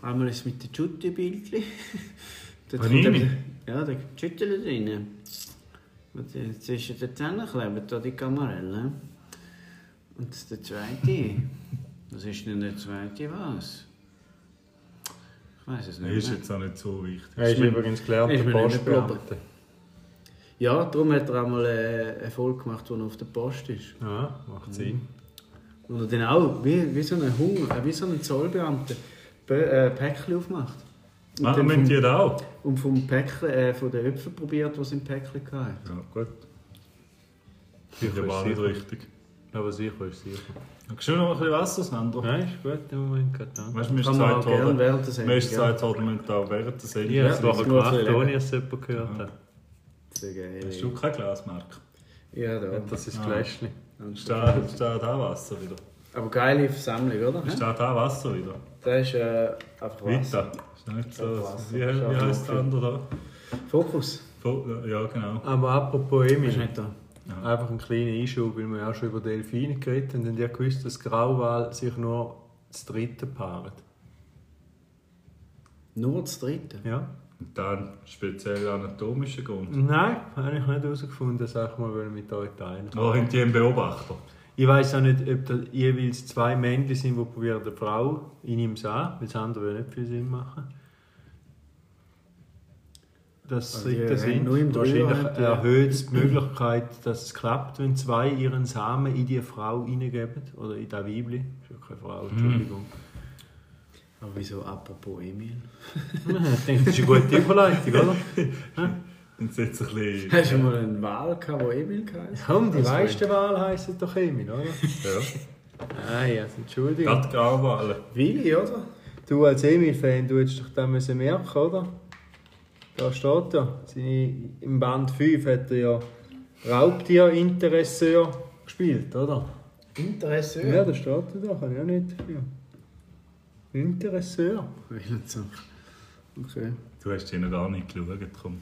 Einmal ist mit dem Jutti-Bildli. <laughs> Dort kommt Panini? eben- Ja, da gibt es Jutti drin. Und die- zwischen den Zähnen kleben da die Camarelle. Und der zweite. Was ist denn der zweite was? Ich weiß es Nee, nicht. ist mehr. jetzt auch nicht so wichtig. Er ist übrigens ist gelernter mir nicht Postbeamter. Ja, darum hat er auch mal äh, eine Folge gemacht, wo er auf der Post ist. Ja, macht Sinn. Mhm. Und er dann auch, wie, wie so ein Hunger, äh, wie so ein Zollbeamter, Bö- äh, Päckchen aufmacht. Und, Ah, dann mit vom, dir auch? und vom Päckchen, äh, von den Äpfeln probiert, die es im Päckchen hatten. Ja, gut. Finde ich ist aber auch nicht sicher. richtig. Aber sicher ist sicher. Schön noch ein bisschen Wasser, Sandro. Nein, ist gut im Moment gerade. danke. Weißt du, mir ist Kann man Zeit auch gerne worden. während der Mir Sendung. ist Zeit worden, wir müssen auch während der Sendung. Ich habe es das nachher muss man gemacht, erleben. ohne dass es jemand gehört hat. Sehr geil. Hast du kein Glas, Marc? Ja, da. Das ist das Ah. Gläschchen. Steht, steht auch Wasser wieder. Aber geile Versammlung, oder? Steht auch Wasser wieder. Das ist äh, einfach was. Weiter. Ist nicht so. Wasser. Wie, wie heißt der andere da? Fokus. Vo- Ja, genau. Aber apropos Ist Emil, nicht da. einfach ein kleiner Einschub, weil wir ja schon über Delfine geredet haben. Und ihr gewusst, dass Grauwal sich nur das dritte paaren. Nur das dritte. Ja? Und dann speziell anatomischen Grund. Nein, habe ich nicht herausgefunden, das wollte ich mal mit euch teilen. Da haben die einen Beobachter. Ich weiß auch nicht, ob da jeweils zwei Männchen sind, die probieren, eine Frau in ihm zu an, weil das andere würde nicht viel Sinn machen. Das Also die dritte haben sind nur im äh, wahrscheinlich Dreierhänder. erhöht es die Möglichkeit, dass es klappt, wenn zwei ihren Samen in die Frau hineingeben. Oder in das Weibli. Ist ja keine Frau, Entschuldigung. Aber wieso apropos Emil? <laughs> ich denke, <laughs> das ist eine gute Überleitung, oder? Und jetzt ein bisschen. Hast du mal einen Wahl gehabt, der Emil heisst? Komm, die meisten Wahl heissen doch Emil, oder? Ja. Ah, Nein, also Entschuldigung. Gerade Grauwale. Willi, oder? Du als Emil-Fan, du hättest doch das müssen merken, oder? Da steht ja, seine, im Band 5 hat er ja Raubtier-Interesseur gespielt, oder? Interesseur. Ja, da steht er da, kann ich auch nicht dafür. Interesseur. Okay. Du hast ihnen gar nicht geschaut. Komm.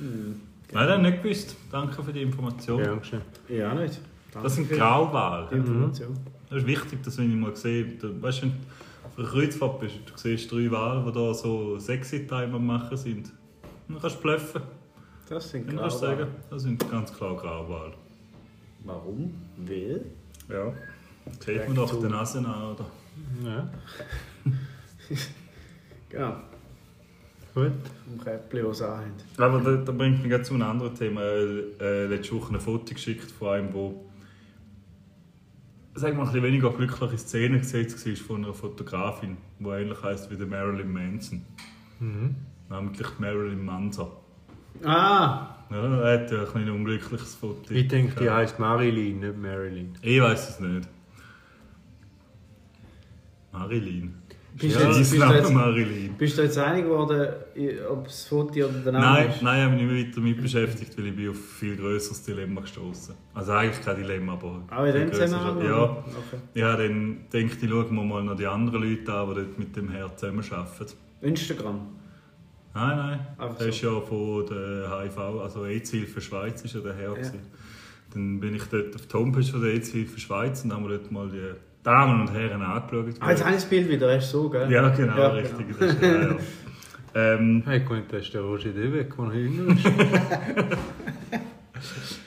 Nein, das nicht gewusst. Danke für die Information. schön. Ja, nicht. Das Danke für sind die Grauwale. Information. Das ist wichtig, dass wenn ich mal sehe, du, weißt, wenn du auf einer Kreuzfahrt bist, du siehst drei Wale, die da so sexy Time am machen sind. Dann kannst du bluffen. Das sind Dann kannst du sagen, das sind ganz klar Grauwale. Warum? Weil? Ja. Sieht man doch den Nase an, oder? Ja, Ja, gut. vom Käppli, was anhaben. Aber da, da bringt mich gerade zu einem anderen Thema. Äh, äh, letzte Woche ein Foto geschickt von einem, wo sagen wir, ein bisschen weniger glückliche Szene gesetzt war von einer Fotografin, die ähnlich heißt wie der Marilyn Manson. Mhm. Namentlich die Marilyn Manson. Ah! Ja, er hat ja ein bisschen ein unglückliches Foto. Ich denke, die Ja. heisst Marilyn, nicht Marilyn. Ich weiß es nicht. Marilyn. Bist ja, du jetzt- sein bist du Name jetzt- Marilyn. Bist du jetzt einig geworden, i- ob das Foto oder der Name Nein, ist? nein, ich habe mich nicht weiter damit beschäftigt, weil ich bin auf ein viel grösseres Dilemma gestoßen. Also eigentlich kein Dilemma, aber. Auch in viel dem grösseres. Zusammenhang? Ja. Okay. Ja, dann denke ich, schauen wir mal noch die anderen Leute an, die dort mit dem Herr zusammenarbeiten. Instagram. Nein, nein. Einfach das ist ja von der HIV, also AIDS-Hilfe Schweiz, ist ja der Herr. Ja. gewesen. Dann bin ich dort auf der Homepage von der EZ für Schweiz und haben wir dort mal die Damen und Herren angeschaut. Ah, jetzt habe ich das Bild wieder, hast du so, gell? ja, genau, richtig. Das <laughs> ist, ja, ja. ähm, Hey, gut, das ist der Roger Debeck, der Hünger <laughs> ist.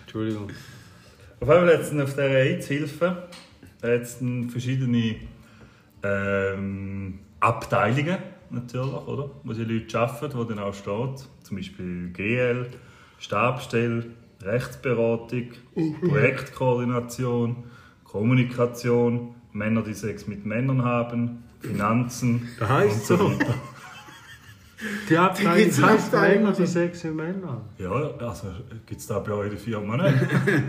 Entschuldigung. Auf einmal hat es auf dieser Aidshilfe hat's dann verschiedene ähm, Abteilungen natürlich, oder? wo die Leute arbeiten, wo dann auch steht. Zum Beispiel GL, Stabstelle, Rechtsberatung, Projektkoordination, Kommunikation, Männer, die Sex mit Männern haben, Finanzen. Das heisst so. Die Die Abteilung gibt's heißt auch Männer, einfach. die sexy Männer. Ja, also gibt es da bei euch in der Firma nicht.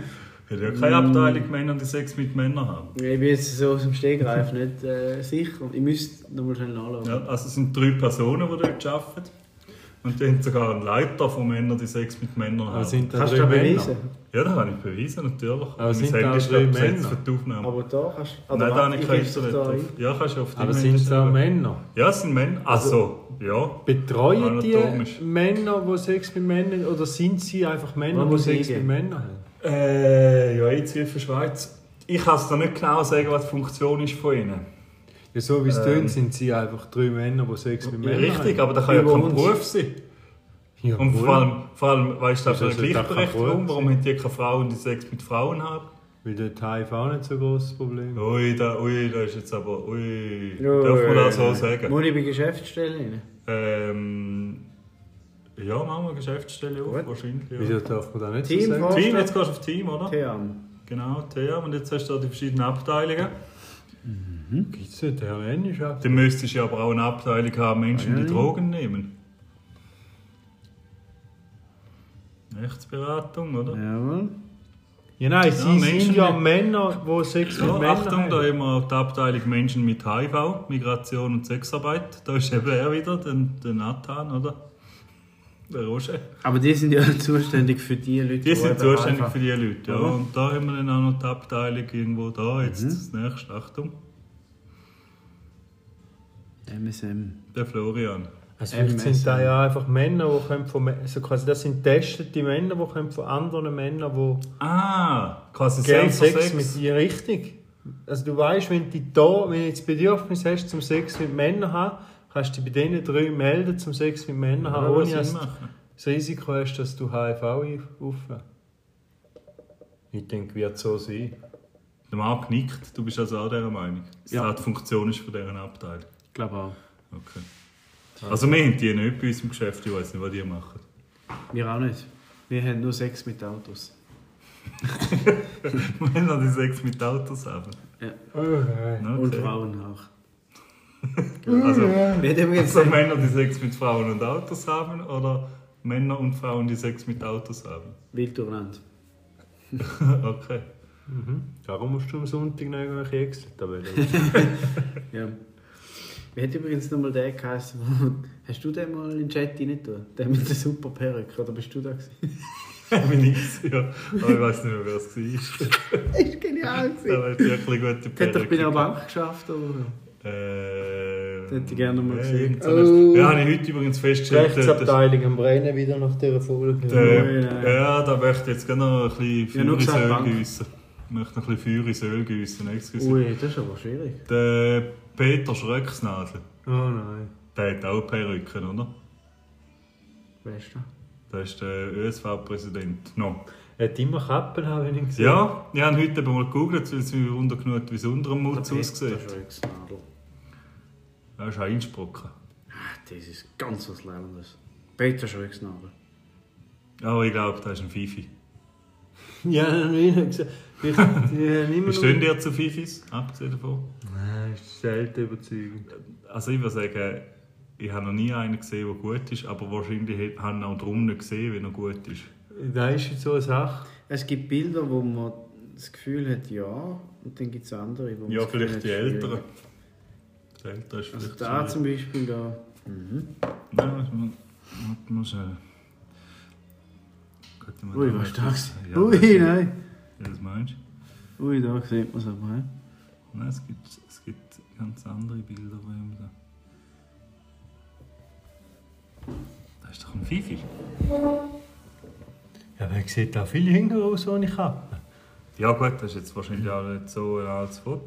<laughs> Ihr habt ja keine Abteilung Männer, die Sex mit Männern haben. Ich bin jetzt so aus dem Stegreif nicht äh, sicher. Ich müsste nochmal schnell nachschauen. Ja, also es sind drei Personen, die dort arbeiten. Und die haben sogar einen Leiter von Männern, die Sex mit Männern Aber haben. sind da Kannst du drei das Männer? beweisen? ja, das kann ich beweisen, natürlich. Aber sind da Handy ist drei gerade besetzt Männer? für die Aufnahme. Aber da kannst du. Nein, da habe ich keine gebe es Internet da drauf. ein. Ja, kannst du auf die Aber E-Mail sind es auch stellen. Männer? Ja, es sind Männer. Also, ja. Betreuen Anatomisch. die Männer, die Sex mit Männern oder sind sie einfach Männer, Man die muss Sex mit eingehen. Männern haben? Äh, ja, jetzt Hilfe Schweiz. Ich kann es dir nicht genau sagen, was die Funktion ist von ihnen. Ja, so wie es Ähm. tönt, sind sie einfach drei Männer, die Sex mit Männern Richtig, haben. aber da kann ja Über kein uns. Beruf sein. Ja, Und wohl. vor allem, vor allem weißt du, da Wieso für eine sollte da kein Gleichberechtigung, Beruf warum haben die keine Frauen, die Sex mit Frauen haben? Weil dort HIV auch nicht so ein grosses Problem ist. Ui, da, ui, da ist jetzt aber, ui, Ja, darf man äh, das so sagen? Muss ich bei Geschäftsstelle rein? Ähm, ja, machen wir Geschäftsstelle auf, Gut. wahrscheinlich. Ja. Wieso darf man da nicht Team so sagen? vor- Team, jetzt gehst du auf Team, oder? Theam. Genau, Thea, und jetzt hast du da die verschiedenen Abteilungen. Gibt es nicht, der Mann ist ab. Dann müsstest du ja aber auch eine Abteilung haben, Menschen, die Drogen nehmen. Rechtsberatung, oder? Jawohl. Ja, nein, sie Menschen sind ja mit- Männer, die Sex mit So, Männern Achtung, haben. da haben wir die Abteilung Menschen mit HIV, Migration und Sexarbeit. Da ist eben er wieder, der, der Nathan, oder? Der Roger. Aber die sind ja <laughs> zuständig für die Leute, Die sind eben zuständig einfach- für die Leute, Mhm. ja. Mhm. Und da haben wir dann auch noch die Abteilung irgendwo da, jetzt das nächste, Achtung, MSM. der Florian. Also vielleicht MSM. sind da ja einfach Männer, die können von... Mä- Also quasi, das sind testete Männer, die können von anderen Männern, die... Ah, quasi Gay Sex Sex, Sex. mit dir richtig. Also du weißt, wenn du da, wenn du jetzt Bedürfnis hast zum Sex mit Männern haben, kannst du dich bei diesen drei melden zum Sex mit Männern haben, Ja, ohne Sinn dass du machen. das Risiko hast, dass du HIV aufhörst. Ich denke, wird so sein. Der Marc nickt, du bist also auch dieser Meinung. dass Ja. ja. die Funktion ist von dieser Abteilung. Ich glaube auch. Okay. Also wir haben die nicht bei uns im Geschäft, ich weiß nicht, was die machen. <laughs> Wir auch nicht. Wir haben nur Sex mit Autos. Männer, die Sex mit Autos haben. Ne, Und okay. Frauen auch. Also, Wir haben jetzt <laughs> also Männer, die Sex mit Frauen und Autos haben oder Männer und Frauen, die Sex mit Autos haben? <laughs> wild durcheinander. okay. Darum musst du am Sonntag noch irgendwelche Exit-Tabellen Ja. Wie hat übrigens nochmal der geheißen, wo- hast du den mal in den Chat rein getan? Der mit der super Perücke, oder bist du da gewesen? <laughs> Bin ich ja. Aber ich weiß nicht mehr, wer es war. Das ist genial gewesen. Der hat wirklich gute Der hat doch bei Perücke der Bank geschafft oder so. Äh, Das hätte ich gerne mal äh, gesehen. irgend so etwas. Ja, habe ich heute übrigens festgestellt. dass- am Brennen wieder nach dieser Folge. Äh, Nein, nein. ja, da möchte ich jetzt gerne noch ein Ja, nur gesagt, bisschen Feuer ins Öl Bank. gießen. Ich möchte noch ein bisschen Feuer ins Öl gießen, excuse. Ui, das ist aber schwierig. Der Peter Schröcksnadel, Oh nein. der hat auch Perücken, oder? Weißt du? Der ist der ÖSV-Präsident. No. Er hat immer Kappen, habe ich gesehen. <laughs> Ja, ich habe ihn heute eben mal gegoogelt, weil es mich wundert genug, wie es unter dem Mutz Der aussieht. Schrecksnadel. Er ist ein Einsprocken. Ah, Das ist ganz was Lernendes. Peter Schrecksnadel. Aber ich glaube, der ist ein Fifi. Ja, dann habe ich noch gesagt. Ich, ich habe immer Wie noch- stehen dir zu Fifis, abgesehen davon? Nein, ist selten überzeugend. Also ich würde sagen, ich habe noch nie einen gesehen, der gut ist, aber wahrscheinlich haben auch drum nicht gesehen, wenn er gut ist. Das ist jetzt so eine Sache. Es gibt Bilder, wo man das Gefühl hat, ja, und dann gibt es andere, wo man Ja, das Gefühl hat, vielleicht die schwierig. Älteren. Die Älteren ist Also vielleicht da schwierig. zum Beispiel, da. Mhm. Nein, warte mal. Warte mal schnell. Könnte man Ui, da was mal- das? Ja, Ui, das- nein. Ja, das meinst du? Ui, da sieht man es aber. He? Nein, es gibt, es gibt ganz andere Bilder von ihm da. Das ist doch ein Fifi. Ja, aber er sieht auch viel jünger aus ohne Kappe. Ja gut, das ist jetzt wahrscheinlich auch nicht so ein altes Foto.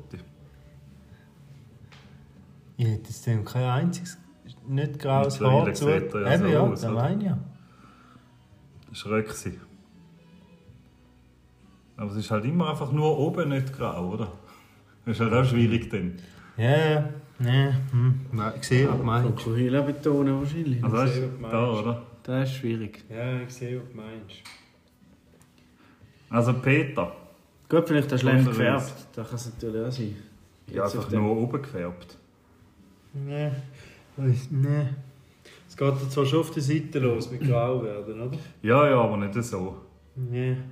Ich hätte jetzt dem kein einziges, nicht graues Mittlerweile Haar zu. sieht er ja Eben so ja, aus, das oder? meine ich ja. Das war Röckse. Aber es ist halt immer einfach nur oben nicht grau, oder? <laughs> Das ist halt auch schwierig dann. Ja, ja, ja. Hm. Nein, Ich sehe, was du meinst. Krokodile betonen wahrscheinlich. Also das sehe, ist was du da, meinst. oder? Das ist schwierig. Ja, ich sehe, was du meinst. Also Peter. Gut, vielleicht auch schlecht Wunderweiss. gefärbt. Das kann es natürlich auch sein. Ja, Jetzt auf einfach dem- nur oben gefärbt. Nein. Nein. Es geht ja zwar schon auf der Seite los mit Grau werden, oder? Ja, ja, aber nicht so. Nein.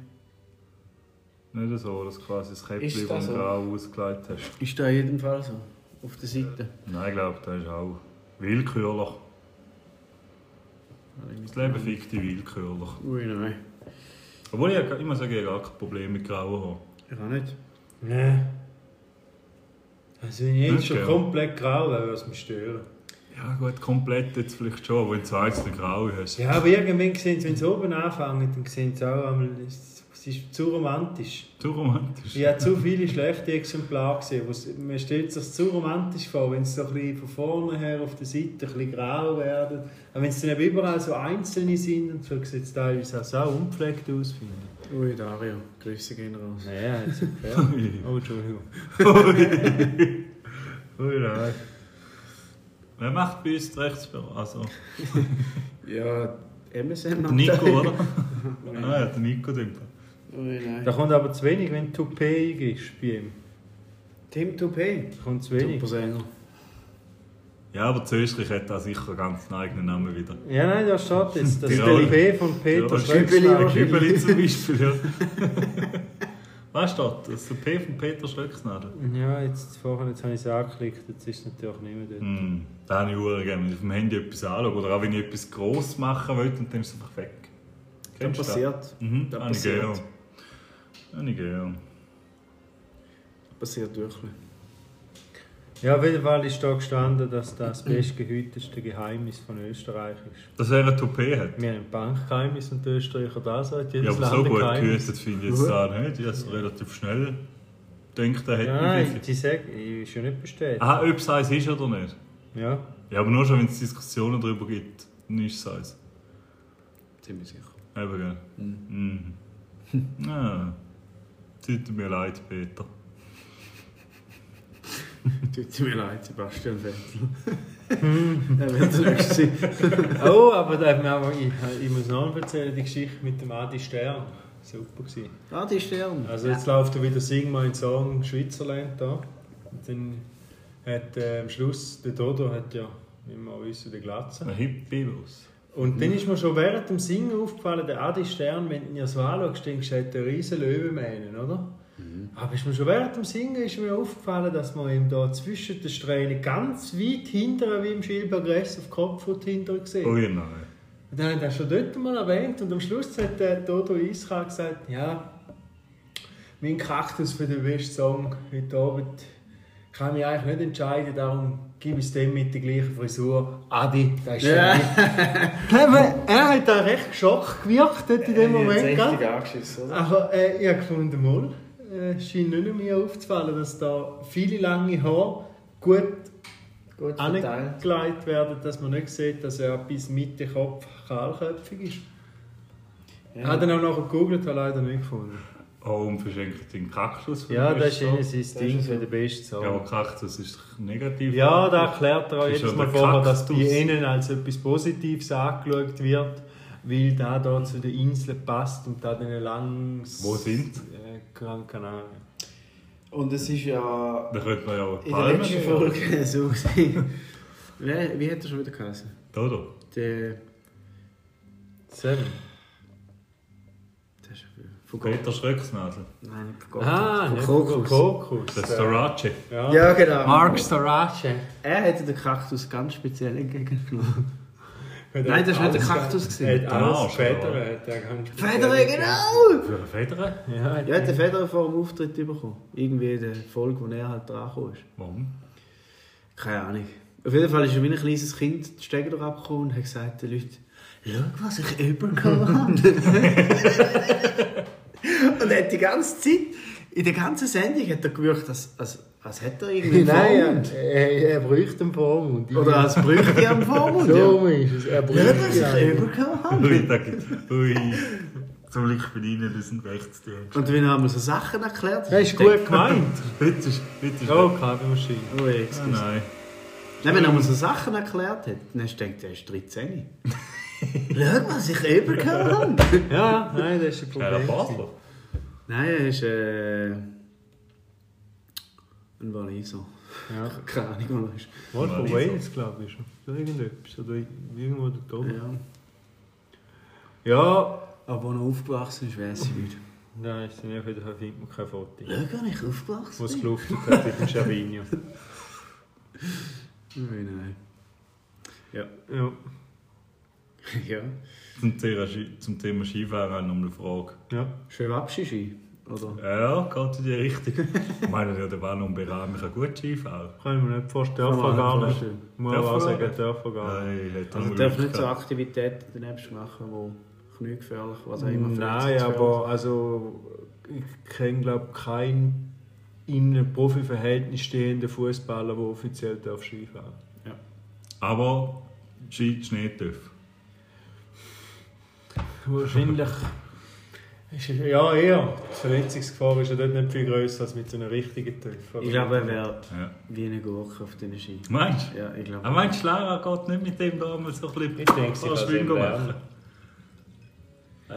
Nicht so, dass du quasi das Käppchen Ist das vom so? Grau ausgelegt hast. Ist da in jedem Fall so? Auf der Seite? Nein, ich glaube, das ist auch willkürlich. Das Mhm. Leben fickt die willkürlich. Ui, nein. Obwohl ich ja immer sage, ich habe gar kein Problem mit Grauen haben. Ich auch nicht. Nein. Also wenn ich jetzt Nicht schon gern. komplett grau wäre, würde es mich stören. Ja gut, komplett jetzt vielleicht schon, aber wenn du einzelne Graue hast. Ja, aber irgendwann sehen sie, wenn sie oben anfangen, dann sehen sie auch einmal, es es ist zu romantisch. Zu romantisch. Ich habe zu viele schlechte Exemplare gesehen. wo es- Man stellt sich zu romantisch vor, wenn es so ein bisschen von vorne her auf der Seite ein bisschen grau werden. Aber wenn es dann eben überall so einzelne sind, und so sieht es teilweise auch so unpflegt aus, finde ich. Ui, Dario. Grüße gehen raus. Naja, jetzt Oh, Entschuldigung. Ui, nein. Wer macht bei uns die Rechtsbüro? Also, Ja, MSM der hat- Nico, oder? ah ja, der Nico denkt. Ui, nein. Da kommt aber zu wenig, wenn du Toupet eingibst bei ihm. Tim Toupé. Da kommt zu wenig. Supersänger. Ja, aber Zösterich hat da sicher ganz einen eigenen Namen wieder. Ja, nein, da steht jetzt. Das ist Tirol. Toupet von Ja, Peter Schöckner. Schrecksnagel. Kübeli zum Beispiel, ja. <laughs> Was steht? Das ist der P von Peter Schlöcksnadel. Ja, jetzt vorher jetzt habe ich es angeklickt, jetzt ist es natürlich nicht mehr dort. Mm, da habe ich Uhren gegeben, wenn ich auf dem Handy etwas anschaue. Oder auch wenn ich etwas gross machen will und dann ist es einfach weg. Das Ah, Kennst du das? passiert. Mhm, Das das habe ich passiert. gern. Habe ich gern. Passiert wirklich. Ja, auf jeden Fall ist da gestanden, dass das bestgehüteste Geheimnis von Österreich ist. Dass er eine Toupet hat. Wir haben ein Bankgeheimnis und die Österreicher da sagt, Ja, jedes aber Land so ein gut Geheimnis. gehütet finde ich jetzt da nicht. Ich habe es relativ schnell gedacht, er hätte Ja, ja, nein, die sagen, ist ja nicht bestätigt. Aha, ob es eins ist oder nicht. Ja. Ja, aber nur schon, wenn es Diskussionen darüber gibt, dann ist es eins. Ziemlich sicher. Eben, gell? Mhm. Ah. Tut mir leid, Peter. <laughs> Tut mir leid, Sebastian <laughs> Vettel. er wird der Nächste sein. Oh, aber da hat mir auch, ich, ich muss noch erzählen, die Geschichte mit dem Adi Stern. Super gewesen. Ah, die Stern. Also jetzt läuft er wieder Sing My Song Schweizerland da. Und dann hat äh, am Schluss der Dodo hat ja, wie wir auch wissen, den Glatzen. Ein Hippie-Bus. Und dann ist mir schon während dem Singen aufgefallen, der Adi Stern, wenn du ihn ja so anschaust, denkst du, er hat einen riesen Löwenmähnen, oder? Aber ist mir schon während dem Singen ist mir aufgefallen, dass man ihm da zwischen den Strähnen ganz weit hinterher, wie im Schilbergress, auf den Kopf und hinterher gesehen. Oh ja, nein. Und dann hat er schon dort mal erwähnt und am Schluss hat der Dodo Iska gesagt, ja, mein Kaktus für den besten Song heute Abend kann mich eigentlich nicht entscheiden, darum gebe ich es dem mit der gleichen Frisur. Adi, das ist ja. Er hat da recht geschockt gewirkt dort in dem Moment. gell? angeschissen, oder? Aber äh, ich habe gefunden, mal, äh, scheint nicht mehr aufzufallen, dass da viele lange Haare gut Gut verteilt. angelegt werden, dass man nicht sieht, dass er bis Mitte Kopf kahlköpfig ist. Ich Ah, habe dann auch nachher gegoogelt, habe leider nicht gefunden. Oh, und verschenkt den Kaktus. für Ja, den das ist Besten. ihnen sein Ding für den besten Ja, aber Song. Kaktus ist doch negativ. Ja, da erklärt er auch Ist jedes ja Mal der vorher, dass bei Kaktus. ihnen als etwas Positives angeschaut wird, weil da da zu den Inseln passt und da dann ein langes... Wo sind sie? Äh, Gran Canaria. Und es ist ja Da könnte man ja auch in der Palmen letzten nehmen. Folge <laughs> so gesehen. Wie, wie hat er schon wieder geheißen? Da, da. Der. Seven. der ist von Gott. Peter Schröcksnadel. Nein, nicht von Gott. Ah, von nicht Krokus. Krokus. Das ist der Rache. Ja. Ja, genau. Mark Starace. Er hätte den Kaktus ganz speziell entgegengenommen. Nein, das war nicht der Kaktus. Er Gewesen. hat Der alles Ah, Arsch, Federn. oder? hat er ganz Federer, genau! Für eine Feder? Ja, hat Ja, er hat den Federer vor dem Auftritt bekommen. Irgendwie in der Folge, wo er halt dran gekommen ist. Warum? Keine Ahnung. Auf jeden Fall ist er wie ein kleines Kind die Stege durch abgekommen und hat <laughs> gesagt den Leuten, schau, was ich übergekommen habe. Und er hat die ganze Zeit, in der ganzen Sendung hat er gewirkt, als, als, als hätte er irgendwie einen Nein, Vormund. er, er, er bräuchte einen Vormund. Oder als bräuchte er einen Vormund. so ist es. Er Ja, das bräuchte ist einen. übergehauen. Ui, da gibt- ui. Zum Glück bin ich nicht aus dem Rechtsdienst. Und wenn er einmal so Sachen erklärt Das ist gut gemeint. Heute ist... Heute ist Oh, Kaffeemaschine. Oh, Ah, excuse. nein. Nein, wenn er einmal so Sachen erklärt hat, dann hast du gedacht, er ist 13. <laughs> Schau, was ich übergehauen habe. Ja, nein, das ist ein Keiner Problem. Basler. Nein, er ist äh, ein Waliser. Ja. Keine Ahnung, wo er ist. Mal von Waliser. Wales, glaube ich. Oder irgendetwas. Oder irgendwo da oben. Ja. Ja, Aber wo er aufgewachsen ist, wäre es heute. nein, ist mir auf jeden Fall findet man kein Foto. Schau, wo ich aufgewachsen Wo es bin. geluftet hat mit dem Schavino. Nein, nein. Ja. <laughs> Ja. Zum Thema, Ski- zum Thema Skifahren habe ich noch eine Frage. ja. Schön abschischi, oder? Ja, geht in die Richtung. Ich meine, der Devano und Beram kann gut Skifahren. Kann ich mir nicht vorstellen. Kann man Dürfen gar nicht nicht. vorstellen. Muss Dürfen aber auch gar sagen, nicht. dürfen gar nicht. Nein, hat Also er du darfst nicht so gehabt. Aktivitäten daneben machen, die kniegefährlich, was auch Mm, nou immer. Nein, verletzungsgefährlich aber also, ich kenne, glaube keinen in einem Profiverhältnis stehenden Fußballer, der offiziell darf Skifahren Aber Ski Schnee darf. Wahrscheinlich. Ist, er- ja, eher. Die Verletzungsgefahr ist ja dort nicht viel grösser als mit so einem richtigen Töpf. Ich glaube, er wäre Ja. wie eine Gurke auf diesen Ski. Meinst du? Ja, ich Aber glaube. meinst du, Lara geht nicht mit dem damals so ein bisschen Ich denke, sie kann es Schwingung eben machen?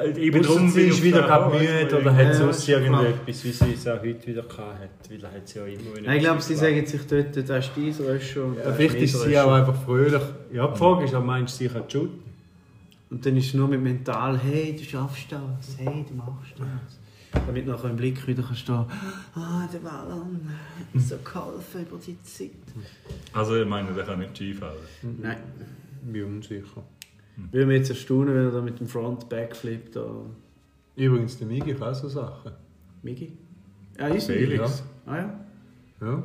Ich Eben drum sie ist wieder gerade müde oder hat Ja, sonst ist klar. irgendetwas, wie sie es auch heute wieder hatte. Weil er hat sie ja immer wieder. Nein, ich glaube, sie sagen sich dort, das ist dein Röscher und Ja, das vielleicht ist mein sie Röscher. auch einfach fröhlich. Ja, die Mhm. Frage ist, auch, meinst du, sie kann shooten? Und dann ist es nur mit mental, hey, du schaffst das, hey, du machst das. Damit nachher im Blick wieder kannst du ah, der Wallon, so geholfen über die Zeit. Also ich meine, der kann nicht Skifahren. Nein. Bin unsicher. Hm. Würde mich jetzt erstaunen, wenn er da mit dem Front Backflip da... Übrigens, der Migi kann auch so Sachen. Migi? Ja, ist er. Felix. Ah ja. Ja.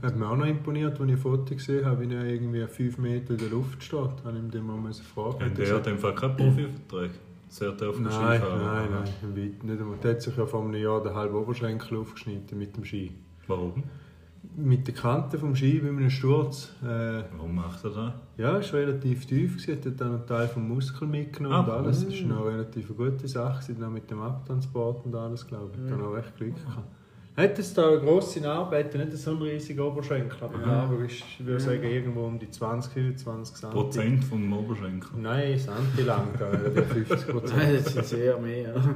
Hat mir auch noch imponiert, als ich ein Foto gesehen habe, wie er irgendwie 5 Meter in der Luft steht. Habe ich dem mal eine Frage Und der hat im Fall keinen Profivertrag. Sollte er auf dem Nein, Skifahren. nein, nein, weit nicht. einmal. Der hat sich ja vor einem Jahr den halben Oberschenkel aufgeschnitten mit dem Ski. Warum? Mit der Kante vom Ski bei einem Sturz. Äh, Warum macht er das? ja, ist relativ tief gewesen, hat dann einen Teil vom Muskel mitgenommen und Ah. alles. Das ist noch eine relativ gute Sache, gewesen, dann mit dem Abtransport und alles, glaube ich. Hat Mm. dann auch recht Glück gehabt. Hat es da eine grosse Narbe, hat er nicht so einen riesigen Oberschenkel, aber die Narbe ist, ich würde sagen, irgendwo um die 20, 25 cm. Prozent vom Oberschenkel. Nein, Santi lang, da wäre der 50 <laughs> Prozent. Nein, das sind sehr mehr. Ja.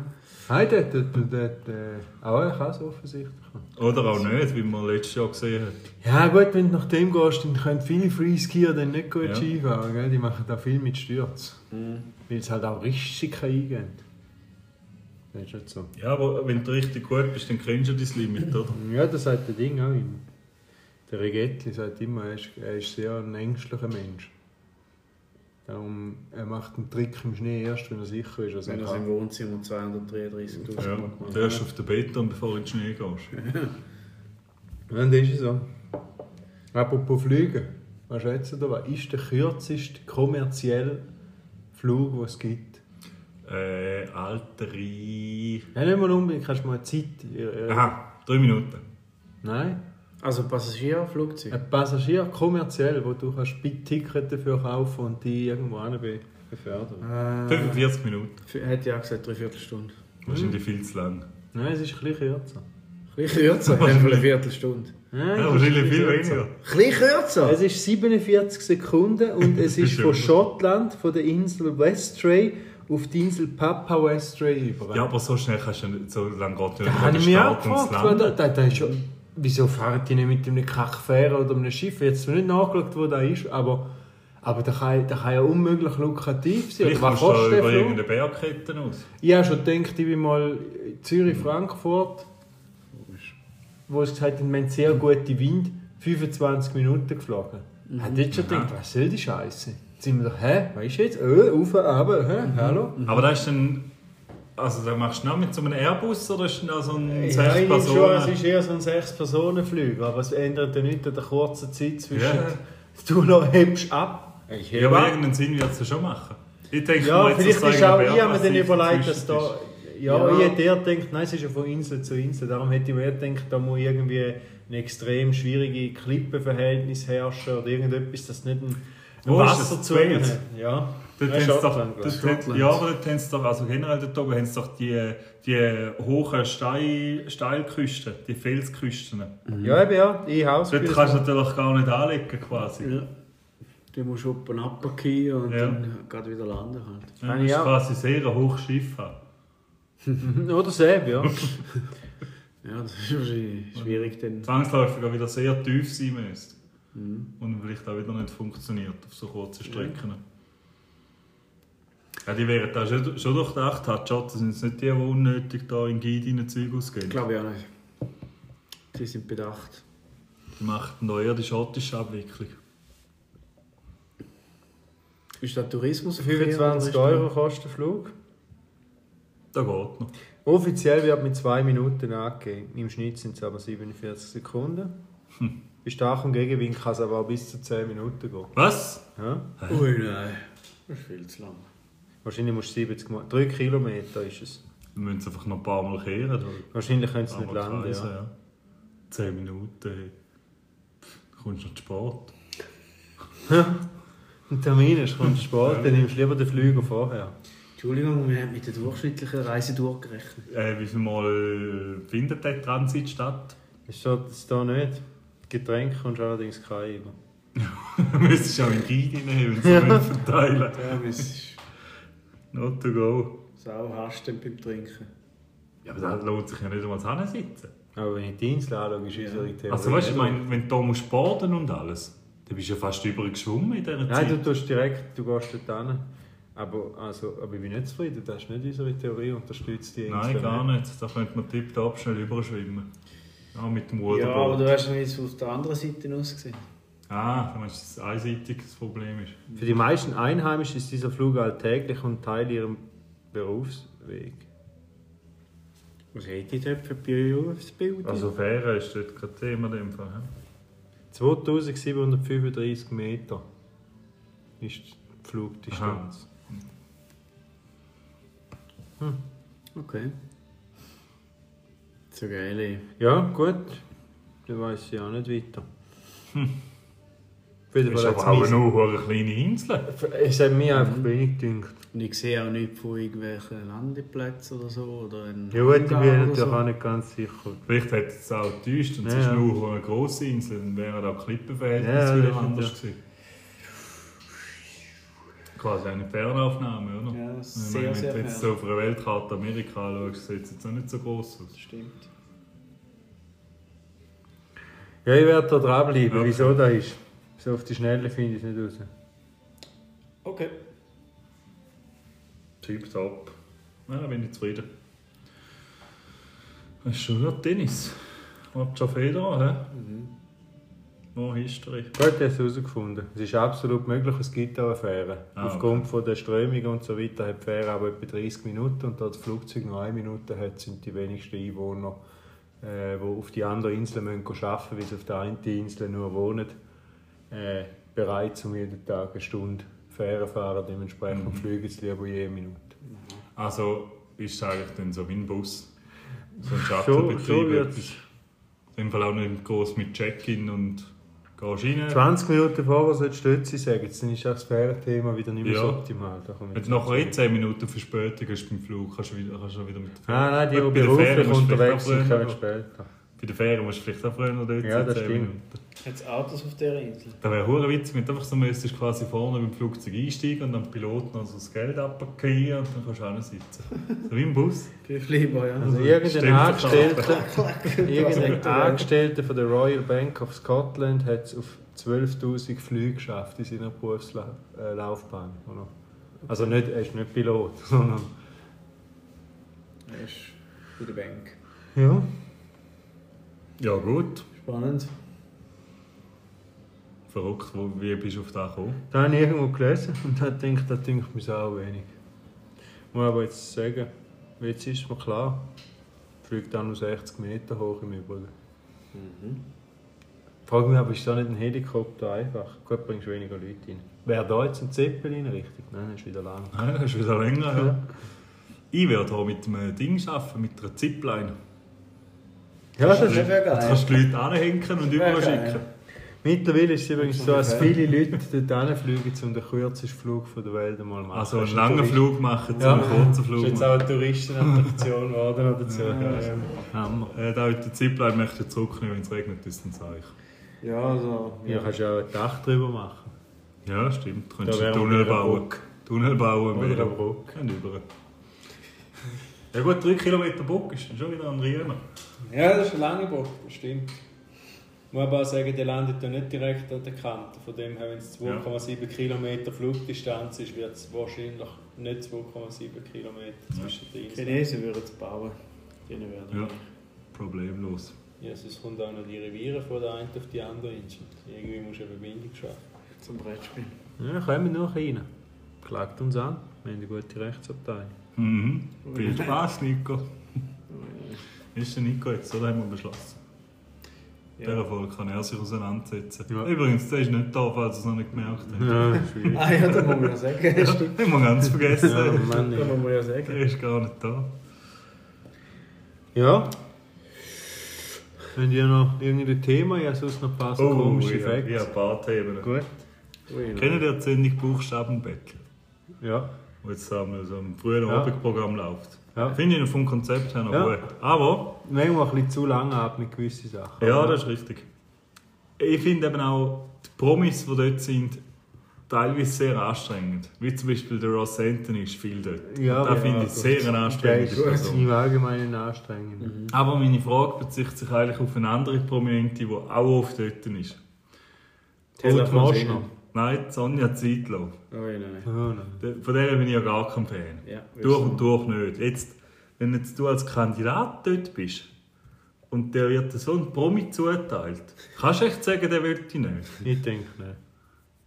Nein, der, der, der, der, aber er kann es offensichtlich. Oder auch nicht, wie man letztes Jahr gesehen hat. Ja gut, wenn du nach dem gehst, dann können viele Freeskier dann nicht gut Ja. Skifahren. Gell? Die machen da viel mit Stürzen. Hm. Weil es halt auch richtig eingehen. Das ist nicht so. Ja, aber wenn du richtig gut bist, dann kennst du dein Limit, oder? Ja, das sagt der Ding auch immer. Der Rigetti sagt immer, er ist, er ist sehr ein ängstlicher Mensch. Darum, er macht einen Trick im Schnee erst, wenn er sicher ist. Also Wenn er im Wohnzimmer 233'000 Ja. Mal gemacht Du erst auf den Beton, bevor du in den Schnee gehst. Ja, das ist so. Apropos Flüge, was schätzt du da? Was ist der kürzeste kommerzielle Flug, den es gibt? Äh, Alteri. Ja, nicht mal unbedingt, kannst du mal eine Zeit. Äh, Aha, drei Minuten. Nein, Also Passagierflugzeug? ein Passagier kommerziell, wo du kannst bi- Ticket dafür kaufen und die irgendwo hin be- befördern. 45 Minuten. F- Hätte ich auch gesagt, dreiviertel Stunde. Wahrscheinlich viel zu lang. Nein, es ist ein bisschen kürzer. Ein bisschen kürzer, <laughs> in dem Fall eine Viertelstunde. Nein, Ja, es ist wahrscheinlich ein bisschen viel kürzer. weniger. Ein bisschen kürzer? Es ist 47 Sekunden und <laughs> es ist von Schottland, von der Insel Westray, auf die Insel Papa Westray über. Ja, aber so schnell kannst du nicht, so lange geht nicht Da über habe den ich mich auch Start und gefragt, das weil da, Land. da, da ist ja, wieso fahren die nicht mit einem Kachfähre oder einem Schiff? Jetzt habe nicht nachgeschaut, wo da ist, aber, aber da, kann, da kann ja unmöglich lukrativ sein. Oder Vielleicht was musst du da kostet der über Flug? irgendeine Bergkette aus. Ich habe schon gedacht, ich bin mal in Zürich-Frankfurt, wo es gesagt haben, wir haben sehr gute Wind, 25 Minuten geflogen. Ich habe dort Mhm. schon gedacht, was soll die Scheiße? Jetzt sind wir doch, hä, was ist jetzt? Öh, rauf, runter, hä, Mhm. hallo? Aber da ist dann... Also da machst du noch mit so einem Airbus oder ist denn da so ein Ja, ich nehme schon, es Sechs-Personen... ist eher so ein Sechs-Personen-Flug, aber es ändert ja nichts an der kurzen Zeit zwischen Ja. du noch hebst ab. Ja, aber irgendeinen Sinn wird es ja schon machen. Ich denke, Ja, mal jetzt, vielleicht dass da ist auch, irgendein ich habe mir dann Bergmassiv überlegt, dass dazwischen da, ja, Ja. ich hätte eher gedacht, nein, es ist ja von Insel zu Insel. Darum hätte ich mir eher gedacht, da muss irgendwie ein extrem schwieriges Klippenverhältnis herrschen oder irgendetwas, das nicht ein, ein Wo ist Wasser das? zu Wales? Ja, Dort Ja, haben sie doch, Schottland, glaub ich. dort, haben- Schottland. ja, aber dort haben sie doch, also generell dort oben haben sie doch die, die hohen Steil, Steilküsten, die Felsküsten. ja, eben, ja, ich Haus. Dort kannst du natürlich gar nicht anlegen quasi. Ja. Du musst oben und runter gehen und Ja. dann geht wieder landen halt. Du musst Ja. quasi sehr ein hohes Schiff haben. Oder selb, <laughs> ja. Ja, das ist wahrscheinlich schwierig dann. Zwangsläufig auch wieder sehr tief sein müsste. Mhm. Und vielleicht auch wieder nicht funktioniert auf so kurzen Strecken. Ja, die wären da schon, schon durchdacht, hat Schatz, sind jetzt nicht die, die unnötig da in Guide in Zeug ausgehen. Glaube ich auch nicht. Sie sind bedacht. Die machten da eher die schottische Abwicklung. Ist das Tourismus? 25 Euro kostet der Flug. Da geht noch. Offiziell wird mit 2 Minuten angegeben. Im Schnitt sind es aber 47 Sekunden. Hm. Bei starkem Gegenwind kann es aber auch bis zu 10 Minuten gehen. Was? Ja? Ui, nein. Das ist viel zu lang. Wahrscheinlich musst du 70 Mal. 3 Kilometer ist es. Wir müssen es einfach noch ein paar Mal kehren. Oder? Wahrscheinlich können sie Ein nicht paar Mal landen. kreisen, Ja. ja. Zehn Minuten. Hey. Dann kommst du noch zu spät. Ein Termin ist, kommt Sport, dann nimmst du lieber den Flüger vorher. Entschuldigung, wir haben mit der durchschnittlichen Reise durchgerechnet. Äh, wie viel Mal findet der Transit statt? Ist so- das da nicht? Getränke kommst du allerdings keine über. <laughs> Du müsstest auch in Guide nehmen, wenn um sie verteilen. Ja, das ist Not to go. sau hast beim Trinken. Ja, aber da lohnt sich ja nicht einmal zu sitzen. Aber wenn ich die Insel anschaue, ist unsere Theorie. Also weißt du, ich nicht. meine, wenn du da musst baden und alles, dann bist du ja fast übergeschwommen in dieser Nein, du Zeit. tust direkt, du gehst dort hin. Aber, also, aber ich bin nicht zufrieden, das ist nicht unsere Theorie, unterstützt die Nein, gar nicht. Da könnte man tipptopp schnell überschwimmen. Ja, mit dem Ruderboot. Ja, aber du hast noch jetzt auf der anderen Seite ausgesehen. Ah, du meinst, dass es einseitig das Problem ist. Für die meisten Einheimischen ist dieser Flug alltäglich und Teil ihrem Berufsweg. Was hätte ich dort für Berufsbildung? Also Fähre ist dort kein Thema in dem Fall. 2735 Meter ist die Flugdistanz. Okay. So geil, ey. Ja, gut. Dann weiss ich auch nicht <laughs> weiter. Auf jeden Das ist Fall aber auch Mhm. hat's nur eine kleine Insel. mich- es hat mich einfach wenig gedüngt. Und ich sehe auch nichts von irgendwelchen Landeplätzen oder so. Oder in Ja gut, ich Ungarn bin oder natürlich so. auch nicht ganz sicher. Vielleicht hat es auch getäuscht und es Ja, ist ja. nur eine grosse Insel, dann wären da Ja, Klippenverhältnisse das wieder ist anders ja. gewesen. Quasi eine Fernaufnahme, oder? Ja, das ist Ich sehr, meine, sehr Wenn du jetzt fern. auf einer Weltkarte Amerika anschaust, sieht es jetzt auch nicht so gross aus. Stimmt. Ja, ich werde da dranbleiben, Okay. wieso das ist. So auf die Schnelle finde ich es nicht raus. Okay. Tipptopp. Ja, da bin ich zufrieden. Das ist schon wieder Tennis. Roger Federer, hä? Mhm. No History. Gut, ich habe es herausgefunden. Es ist absolut möglich, es gibt auch eine Fähre. Ah, Aufgrund von der Strömung und so weiter hat die Fähre aber etwa 30 Minuten und da das Flugzeug nur eine Minute hat, sind die wenigsten Einwohner, äh, die auf die andere Insel müssen gehen arbeiten müssen, weil sie auf der einen Insel nur wohnen, äh, bereit, um jeden Tag eine Stunde Fähre zu fahren. Dementsprechend fliegen sie lieber jede Minute. Also ist es eigentlich dann so wie ein Bus. So ein So, so Shuttlebetrieb. wird es. So Im Fall auch nicht groß mit Check-in und gehst rein. 20 Minuten vorher solltest du dort sein, sagen sie, dann ist auch das Fährenthema wieder nicht mehr Ja. so optimal. Da komme ich Wenn du nachher eh 10 Minuten Verspätung hast beim Flug, kannst du wieder, kannst du wieder mit der Fähre. Nein, nein, die, die Bei der Fähre beruflich musst du unterwegs vielleicht sind, auch früher kommen noch. später. Bei der Fähre musst du vielleicht auch früher noch dort Ja, sein, das 10 stimmt. Minuten. Hat es Autos auf dieser Insel? Da wäre hure witzig, wenn du einfach so müsstest quasi vorne beim Flugzeug einsteigen und am Piloten noch so das Geld abgehen und dann kannst du auch noch sitzen. So wie im Bus. Viel lieber, ja. Also Stimmt, irgendein <laughs> Angestellter, verstanden. irgendein Also, Angestellter von der Royal Bank of Scotland hat es auf 12'000 Flüge geschafft in seiner Berufslaufbahn. Also nicht, er ist nicht Pilot, <laughs> sondern... Er ist bei der Bank. Ja. Ja gut. Spannend. Verrückt, wo, wie bist du auf das gekommen? Da habe ich irgendwo gelesen und da denke ich, das dünkt mir auch wenig. Muss aber jetzt sagen, jetzt ist mir klar, fliegt dann nur 60 Meter hoch im Übrigen. Mhm. Frage mich aber, ist da nicht ein Helikopter einfach? Gut, bringst weniger Leute rein. Wäre da jetzt ein Zeppelin richtig? Nein, das ist wieder lang. Nein, das ist wieder länger. Ja. Ich werde hier mit einem Ding arbeiten, mit einer Zipline. Ja, das ist mega Da geil. kannst du die Leute anhängen und Mega überall schicken. Mittlerweile ist es übrigens so, dass viele Leute dort hinfliegen, um den kürzesten Flug von der Welt einmal zu machen. Also Das ist ein einen langen Tourist- Flug machen zu Ja. einem kurzen Das ist Flug jetzt machen. auch eine Touristenattraktion geworden oder so. Ja, Hammer. Äh, da mit der Zipline möchte ich zurücknehmen, wenn es regnet, ist dann sage ich. ja also... Ja, kannst ja auch ein Dach drüber machen. Ja, stimmt. Du könntest Da einen wären wir Tunnel wieder bauen. Tunnel bauen Oder mit eine Brücke. Und über. Ja gut, 3 Kilometer Bock ist dann schon wieder ein Riemen. Ja, das ist ein langer Bock, das stimmt. Ich muss aber auch sagen, der landet ja nicht direkt an der Kante. Von dem her, wenn es Ja. 2,7 Kilometer Flugdistanz ist, wird es wahrscheinlich nicht 2,7 Kilometer zwischen den Inseln. Chinesen würden es bauen. Die werden. Ja, problemlos. Ja, sonst kommt auch noch die Reviere von der einen auf die andere Insel. Irgendwie musst du eine Verbindung schaffen. Zum Brettspiel. Ja, kommen wir noch rein. Klagt uns an, wir haben eine gute Rechtsabteilung. Mhm. Viel Spaß, Nico. Ist der Nico jetzt, oder haben wir beschlossen? Ja. Der Erfolg kann er sich auseinandersetzen. Ja. Übrigens, der ist nicht da, falls ihr es noch nicht gemerkt habt. <laughs> Ja, schwierig. Ah ja, da muss man ja sagen. Ja, haben wir ganz vergessen. ja, Mann, <laughs> Da ey. muss man ja Der sagen. ist gar nicht da. ja. Wenn ihr noch irgendein Thema, ja, sonst noch ein paar so komische Oh, ja, Facts. ja, ein paar Themen. Gut. Kennt ihr die Sendung Buchstabenbattle? Ja. Wo jetzt so am so am frühen Ja. Abendprogramm läuft. Ja. Finde ich noch vom Konzept her noch Ja. gut. Aber, Manchmal ein bisschen zu lange ab mit gewissen Sachen. ja, das ist richtig. Ich finde eben auch die Promis, die dort sind, teilweise sehr anstrengend. Wie zum Beispiel der Ross Anthony ist viel dort. Ja, Und da ja, finde ich also. Mhm. gut. sehr eine Der anstrengende ist im Person. Allgemeinen anstrengend. Aber meine Frage bezieht sich eigentlich auf eine andere Prominente, die auch oft dort ist. Kurt Moschner. Nein, die Sonja Zeitlau. Oh ja, nein. Ja, nein. De- Von der bin ich ja gar kein Fan. Ja, durch und durch nicht. Jetzt, wenn jetzt du als Kandidat dort bist und der wird so ein Promi zuteilt, kannst du echt sagen, der will dich nicht. Ich denke nicht.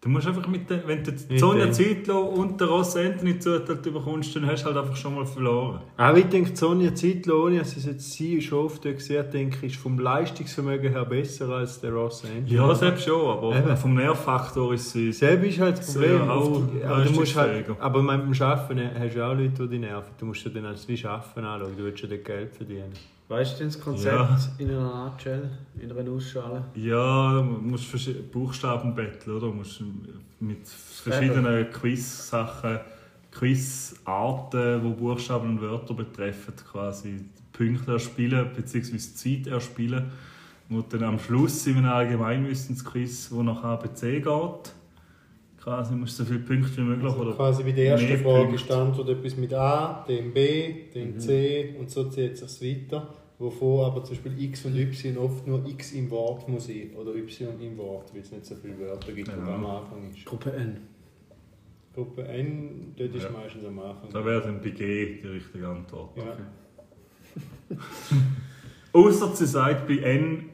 Du musst einfach mit den, wenn du die Ich Sonja denke. Zeitlo und der Ross Anthony zuteilt bekommst, dann hast du halt einfach schon mal verloren. Auch ich denke, Sonja Zeitlo, ohne dass ich es jetzt sie schon oft gesehen habe, denke ich, ist vom Leistungsvermögen her besser als der Ross Angel. Ja, selbst schon, aber Eben. vom Nervfaktor ist sie. Selbe ist halt das Problem. Sehr Auf die- auch aber du musst halt, leistungsfähiger. aber beim Arbeiten hast du auch Leute, die dich nerven. Du musst dir dann als wie Arbeiten anschauen. Du willst ja dort Geld verdienen. Weißt du denn das Konzept Ja. in einer Nutshell, in einer Nussschale? Ja, du musst verschi- Buchstaben betteln, oder? Du musst mit verschiedenen Quiz-Sachen, Quiz-Arten, die Buchstaben und Wörter betreffen, quasi Punkte erspielen bzw. Zeit erspielen. Und dann am Schluss in einem Allgemeinwissensquiz, wo nach ABC geht, quasi musst du so viele Punkte wie möglich oder Also Quasi bei der mehr ersten Frage Punkte. ist die Antwort etwas mit A, dem B, dem Mhm. C und so zieht es sich weiter. Wovon aber zum Beispiel X und Y oft nur X im Wort muss sein oder Y im Wort, weil es nicht so viele Wörter gibt, Genau. wo am Anfang ist. Gruppe N. Gruppe N, dort ist Ja. meistens am Anfang. Da wäre dann bei G die richtige Antwort. ja. Außer sie sagt bei N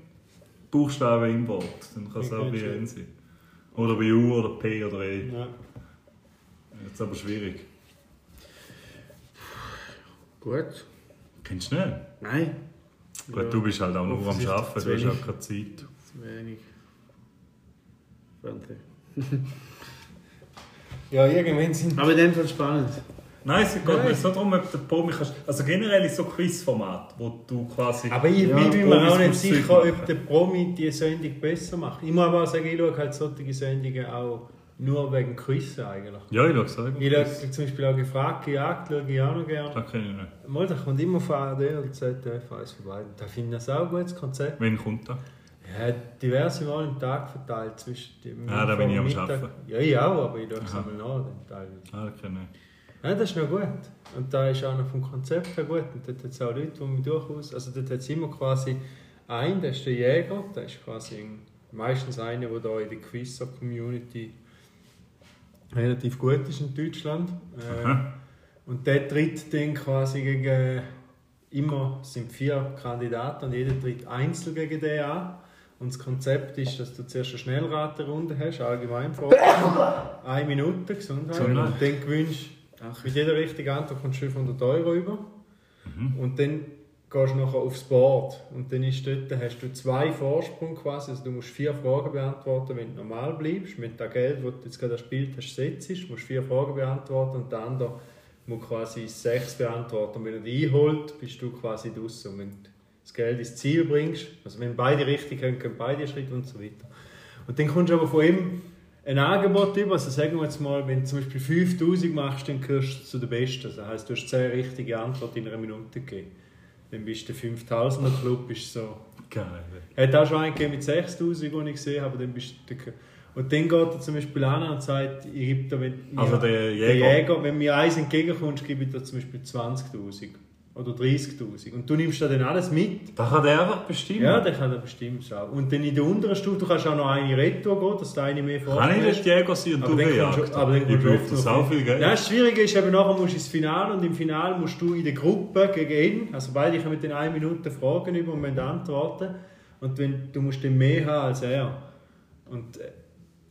Buchstaben im Wort. Dann kann es auch bei N sein. Oder bei U oder P oder E. Ja. Jetzt aber schwierig. Gut. Kennst du nicht? Nein. Gut, du bist halt auch nur am Offensichtlich Arbeiten, zu du hast wenig. auch keine Zeit. Zu wenig. Fernsehen. ja, irgendwann sind Aber in dem Fall spannend. Nein, es geht mir so darum, ob der Promi kannst. Also generell ist so Quizformat, wo du quasi. Aber ich, Ja, ich bin mir Promis auch nicht muss Zeug sicher, machen. ob der Promi die Sendung besser macht. Ich muss aber auch sagen, ich schaue halt solche Sendungen auch nur wegen Quiz eigentlich. Ja, ich schaue es auch. Ich schaue zum Beispiel auch gefragt, gejagt, schaue ich auch noch gerne. Das kenne ich nicht. Mal, da kommt immer von ARD und ZDF eins vorbei. Da finde ich das auch ein gutes Konzept. Wen kommt da? Ja, diverse Mal am Tag verteilt zwischen dem Ja, Ah, da bin ich am Mittag- Arbeiten. Ja, ich auch, aber ich schaue es einmal nach, dann teilweise. Ah, das kenne ich. Ja, das ist noch gut. Und da ist auch noch vom Konzept her gut. Und dort hat es auch Leute, die man durchaus. Also dort hat es immer quasi einen, der ist der Jäger, der ist quasi ein, meistens einer, der da in der Quiz-Community relativ gut ist in Deutschland. Äh, Aha. und der tritt dann quasi gegen. äh, Immer es sind vier Kandidaten und jeder tritt einzeln gegen den an. Und das Konzept ist, dass du zuerst eine Schnellraterunde hast, allgemein <coughs> vor. Eine Minute Gesundheit. Gesundheit. Und dann gewinnst du, mit jeder richtigen Antwort kommst du 500 Euro über. Und dann gehst du nachher aufs Board. Und dann ist dort, dann hast du zwei Vorsprung quasi. Also du musst vier Fragen beantworten, wenn du normal bleibst. Mit dem Geld, das du jetzt gerade gespielt hast, setzt du. musst vier Fragen beantworten und der andere muss quasi sechs beantworten. Und wenn er die einholt, bist du quasi draußen. Und wenn du das Geld ins Ziel bringst, also wenn beide richtig haben, können beide Schritte und so weiter. Und dann kommst du aber von ihm ein Angebot über. Also sagen wir jetzt mal, wenn du zum Beispiel 5000 machst, dann gehörst du zu den Besten. Das heisst, du hast 10 richtige Antworten in einer Minute gegeben. Dann bist du der 5000er Club, bist so. Geil. Er hat auch schon einen gegeben mit 6000, den ich gesehen habe, aber dann bist du. der Kö- Und dann geht er zum Beispiel an und sagt, ich gebe dir, wenn, mir- Also der Jäger. wenn mir eins entgegenkommst, gebe ich dir zum Beispiel 20.000 oder 30.000. Und du nimmst da dann alles mit. Da kann der einfach bestimmen. Ja, dann kann er bestimmt auch. Und dann in der unteren Stufe, du kannst auch noch eine retour gehen, dass du eine mehr kann ich vorstellst. nicht Jäger sein und Aber du dann kommst du- gejagt? aber dann Ich kommst du brauche oft das noch auch viel Geld. Nein, das Schwierige ist eben, nachher musst du ins Finale und im Finale musst du in der Gruppe gegen ihn, also beide kommen mit den 1 Minute Fragen über und müssen antworten. Und wenn, du musst dann mehr haben als er. Und äh, Ja,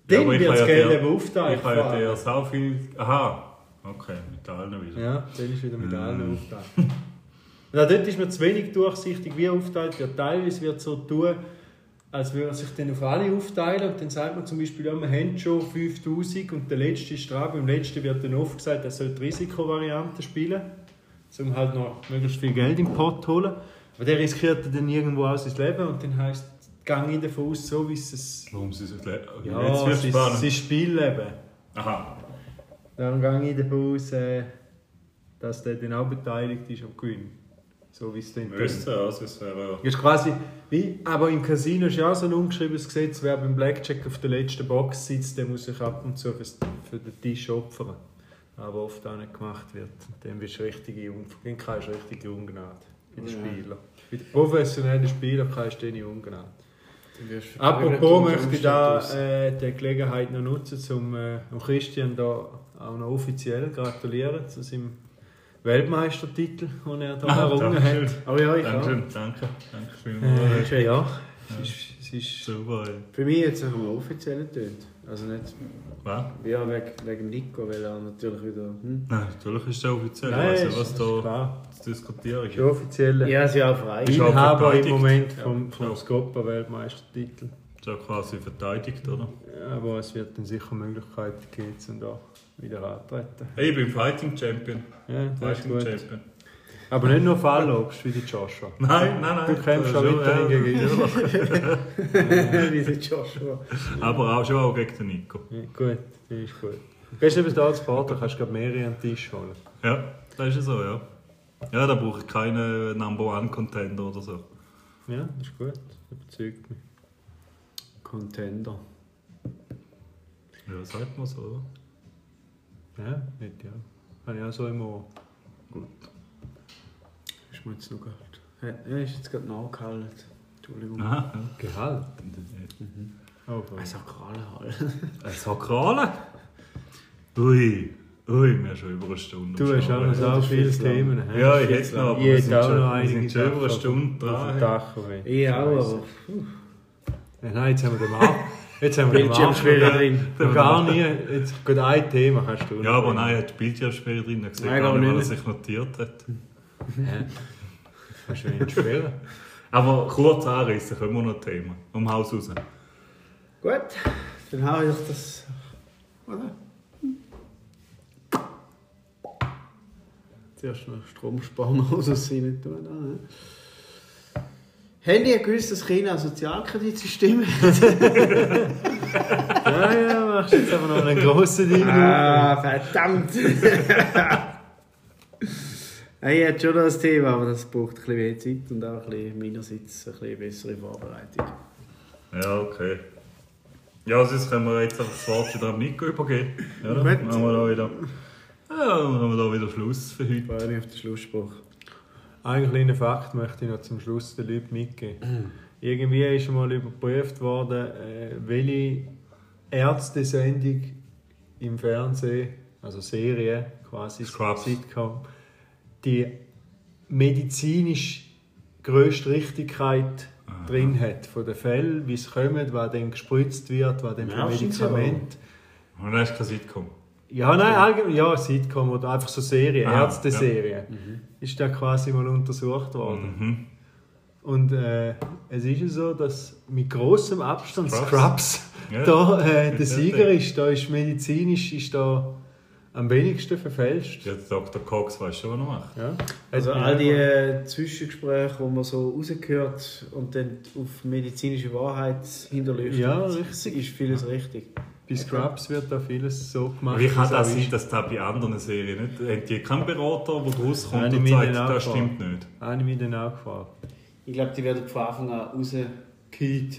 dann aber ich wird kann das ja Geld der- eben aufteilt. Ich kann ja dir so viel... Aha. Okay, mit allen wieder. Ja, dann ist wieder mit allen aufteilt. Und auch dort ist mir zu wenig durchsichtig, wie aufteilt wird. Teilweise wird so tun, als würde er sich dann auf alle aufteilen. Und dann sagt man zum Beispiel, ja, wir haben schon 5000 und der letzte ist dran. Beim letzten wird dann oft gesagt, er soll die Risikovariante spielen, um halt noch möglichst viel Geld im Pott zu holen. Aber der riskiert dann irgendwo auch sein Leben und dann heisst, gang ich davon aus, so wie es es Warum sie sich... le- Okay, ja, jetzt wird's sein, spannend. sein Spielleben. Aha. Dann gehe ich davon aus, äh, dass der dann auch beteiligt ist am Gewinn. So wie es dann tönt. Müsste, also es wäre... Das ist äh, quasi wie, aber im Casino ist ja auch so ein ungeschriebenes Gesetz, wer beim Blackjack auf der letzten Box sitzt, der muss sich ab und zu fürs, für den Tisch opfern. Aber oft auch nicht gemacht wird. Dann bist du richtige Un- dann kannst du richtige Ungnade bei den Spielern. Bei den professionellen Spielern kannst du nicht Ungnade. Apropos möchte ich da äh, die Gelegenheit noch nutzen, um äh, dem Christian da auch noch offiziell gratulieren zu seinem Weltmeistertitel, den er da Ah, errungen dankeschön. hat. Aber ja, ich auch. Dankeschön, danke. Danke Äh, vielmals. ja, ja. Es ist, es ist Super, ey. Für mich jetzt haben wir offiziell getönt. Also nicht Was? ja, wegen, wegen Nico, weil er natürlich wieder. Hm. Nein, natürlich ist es offiziell. Nein, also, ist- was ist da klar. zu diskutieren Der gibt. offizielle Ja, sie auch frei. <laughs> Ist auch Inhaber im verteidigt. Moment vom, vom Ja. Scopa Weltmeistertitel. Ist ja quasi verteidigt, oder? Ja, aber es wird dann sicher Möglichkeiten geben, um da wieder antreten. Hey, ich bin Fighting Champion. Ja, das ist Fighting gut. Champion. Aber nicht nur Fallobst wie die Joshua. Nein, nein, nein. Du kämpfst Äh, schon weiterhin ja, <laughs> gegen ihn. natürlich. Diese Joshua. Aber auch schon auch gegen den Nico. Ja, gut, das ist gut. Gehst du eben da als Vater, kannst du gerade mehrere an den Tisch holen. Ja, das ist ja so, ja. Ja, da brauche ich keinen Number One Contender oder so. Ja, das ist gut. Überzeugt mich. Contender. Ja, sagt man so, oder? Ja, nicht ja. Habe ich auch so immer. Ist mir jetzt noch gehalten. Ja, ist jetzt gerade nachgehalten. Entschuldigung. Aha, ja. Gehalt. Aber Also Krallenhall. Ein Sakrale? Ui, ui, wir haben schon über eine Stunde. du am hast auch Schnurren. noch so viele Themen. hä? Ja, ich hätte noch, aber Ich wir sind hätte auch schon- noch wir einige sind schon über eine Sachen Stunde auf dran. dem Tacho. ey. Ich auch, Scheisse. aber. Ja, nein, jetzt haben wir den Mann. <laughs> Jetzt haben wir den Mann. Bildschirmschwiererin. Noch Gar nie. Jetzt geht ein Thema, kannst du. Ja, aber nein, er hat die Bildschirmsperre drin, er sieht Nein, gar aber nicht, weil er nicht. sich notiert hat. Kannst du nicht spielen. Aber kurz anrissen, können wir noch Themen. Um Haus raus. Gut, dann habe ich das. Oder? Zuerst noch Strom sparen, <laughs> also es sie nicht tun. ah, ne? Handy hat gewusst, dass China ein Sozialkreditsystem hat. Ja, ja, machst jetzt aber noch einen grossen <laughs> Ding. <laughs> ah, <laughs> verdammt! Ich hat schon noch ein Thema, aber das braucht ein bisschen mehr Zeit und auch ein bisschen meinerseits eine bisschen bessere Vorbereitung. Ja, okay. Ja, sonst können wir jetzt einfach das Wort wieder am Nico übergeben. Ja, dann Gut. haben wir da wieder, ja, dann haben wir da wieder Schluss für heute. Freue mich auf den Schlussspruch. Einen kleinen Fakt möchte ich noch zum Schluss den Leuten mitgeben. Irgendwie ist mal überprüft worden, äh, welche Ärztesendung im Fernsehen, also Serie quasi, Scrubs. Sitcom, die medizinisch grösste Richtigkeit drin hat. Von den Fällen, wie es kommt, was dann gespritzt wird, was dann für Märchen sind Medikamente. Und dann ist keine Sitcom. Ja, nein, allgemein, ja, Sitcom oder einfach so Serien, Ah, Ärzteserien, ist da quasi mal untersucht worden. Mhm. Und äh, es ist ja so, dass mit großem Abstand Scrubs. Scrubs Ja. da äh, der Ja, Sieger ja. ist. Da ist medizinisch ist da am wenigsten verfälscht. Jetzt Dr. Cox weiß schon, was er macht. Ja. Also Hat mich all die auch- äh, Zwischengespräche, die man so rausgehört und dann auf medizinische Wahrheit hinterleuchtet, Ja, richtig. ist vieles richtig. Bei Scrubs wird da vieles so gemacht. Wie kann dass das auch sein, ist- dass das bei anderen Serien nicht... Haben die keinen Berater, der rauskommt Nein, und ich sagt, meine auch das schon. stimmt nicht? Habe ich mich dann auch gefragt. Ich glaube, die werden von Anfang an rausgekillt.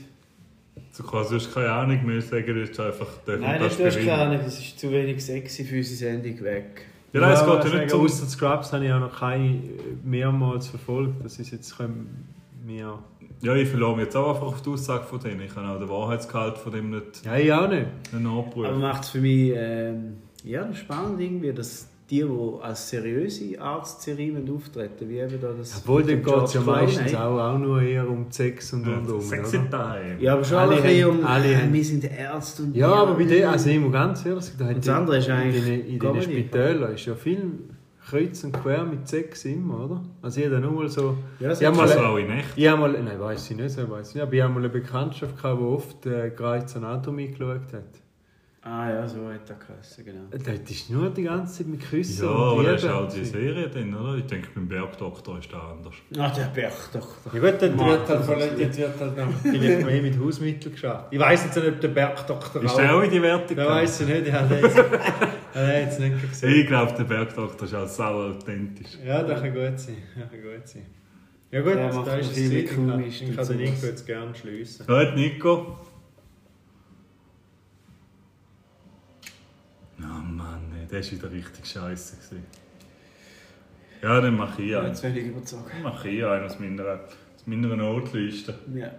So quasi, du hast keine Ahnung mehr, sagen, das ist einfach... Der Nein, kommt das ist bewiesen. keine Ahnung, das ist zu wenig sexy für unsere Sendung weg. Ja, nein, es geht ja also sagen, nicht um... Außer Scrubs habe ich auch noch keine äh, mehrmals verfolgt. Das ist jetzt können wir. Ja, ich verlasse mich jetzt auch einfach auf die Aussage von denen. Ich habe auch den Wahrheitsgehalt von dem nicht, Ja, ich auch nicht. nicht nachgeprüft. Aber macht es für mich ähm, ja, spannend irgendwie, dass die, die als seriöse Arztserien auftreten, wie eben da das... Obwohl, dann mit dem geht es ja George Clooney. meistens auch, auch nur eher um Sex und Ja, und um. Sexy oder? Time. Ja, aber schon Alle alle ein bisschen haben- um, alle haben- wir sind Ärzte und... Ja, wir- aber bei denen, also ich muss ganz ehrlich sagen, da hat Und das die- andere ist in eigentlich den, in den Comedy. Spitälern ist ja viel kreuz und quer mit Sex immer, oder? Also ich habe nur mal so... Ja, das ich habe mal, Also auch in Nächte. ich habe mal, nein, weiß ich nicht, so weiss ich nicht, aber ich habe mal eine Bekanntschaft gehabt, die oft äh, Grey's Anatomy geschaut hat. Ah ja, so hat er geheißen, genau. Dort ist nur die ganze Zeit mit Küssen Ja, aber das ist Liebe. halt die Serie dann, oder? Ich denke, beim Bergdoktor ist das anders. Ah, der Berg doch. Ja gut, dann wird halt, von, Leuten- jetzt wird halt noch vielleicht mehr mit Hausmitteln geschafft. Ich weiss jetzt nicht, ob der Bergdoktor Ist der auch in die Wertung? <laughs> Ja, weiss ich nicht, ich habe den jetzt, ich habe den jetzt nicht gesehen. Ich glaube, der Bergdoktor ist auch sau authentisch. Ja, das kann gut sein. Das kann gut sein. Ja gut, Der macht da ist es viel Zeit. Ich kann, komisch ich kann dazu den was. Nico jetzt gerne schliessen. Hört Nico? Na oh Mann, ey, der war wieder richtig scheiße. gewesen. Ja, dann mache ich einen. Jetzt werde ich überzogen. Dann mache ich einen aus meiner, aus meiner Notliste. Ja.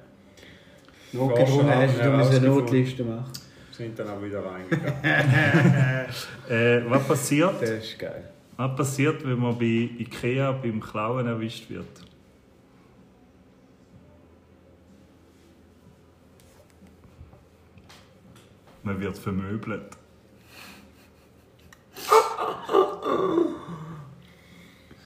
schon Notgedrungen hast du herausgefunden. musst eine Notliste machen. Sind dann auch wieder reingegangen. Äh, was passiert? Das ist geil. Was passiert, wenn man bei Ikea beim Klauen erwischt wird? Man wird vermöbelt.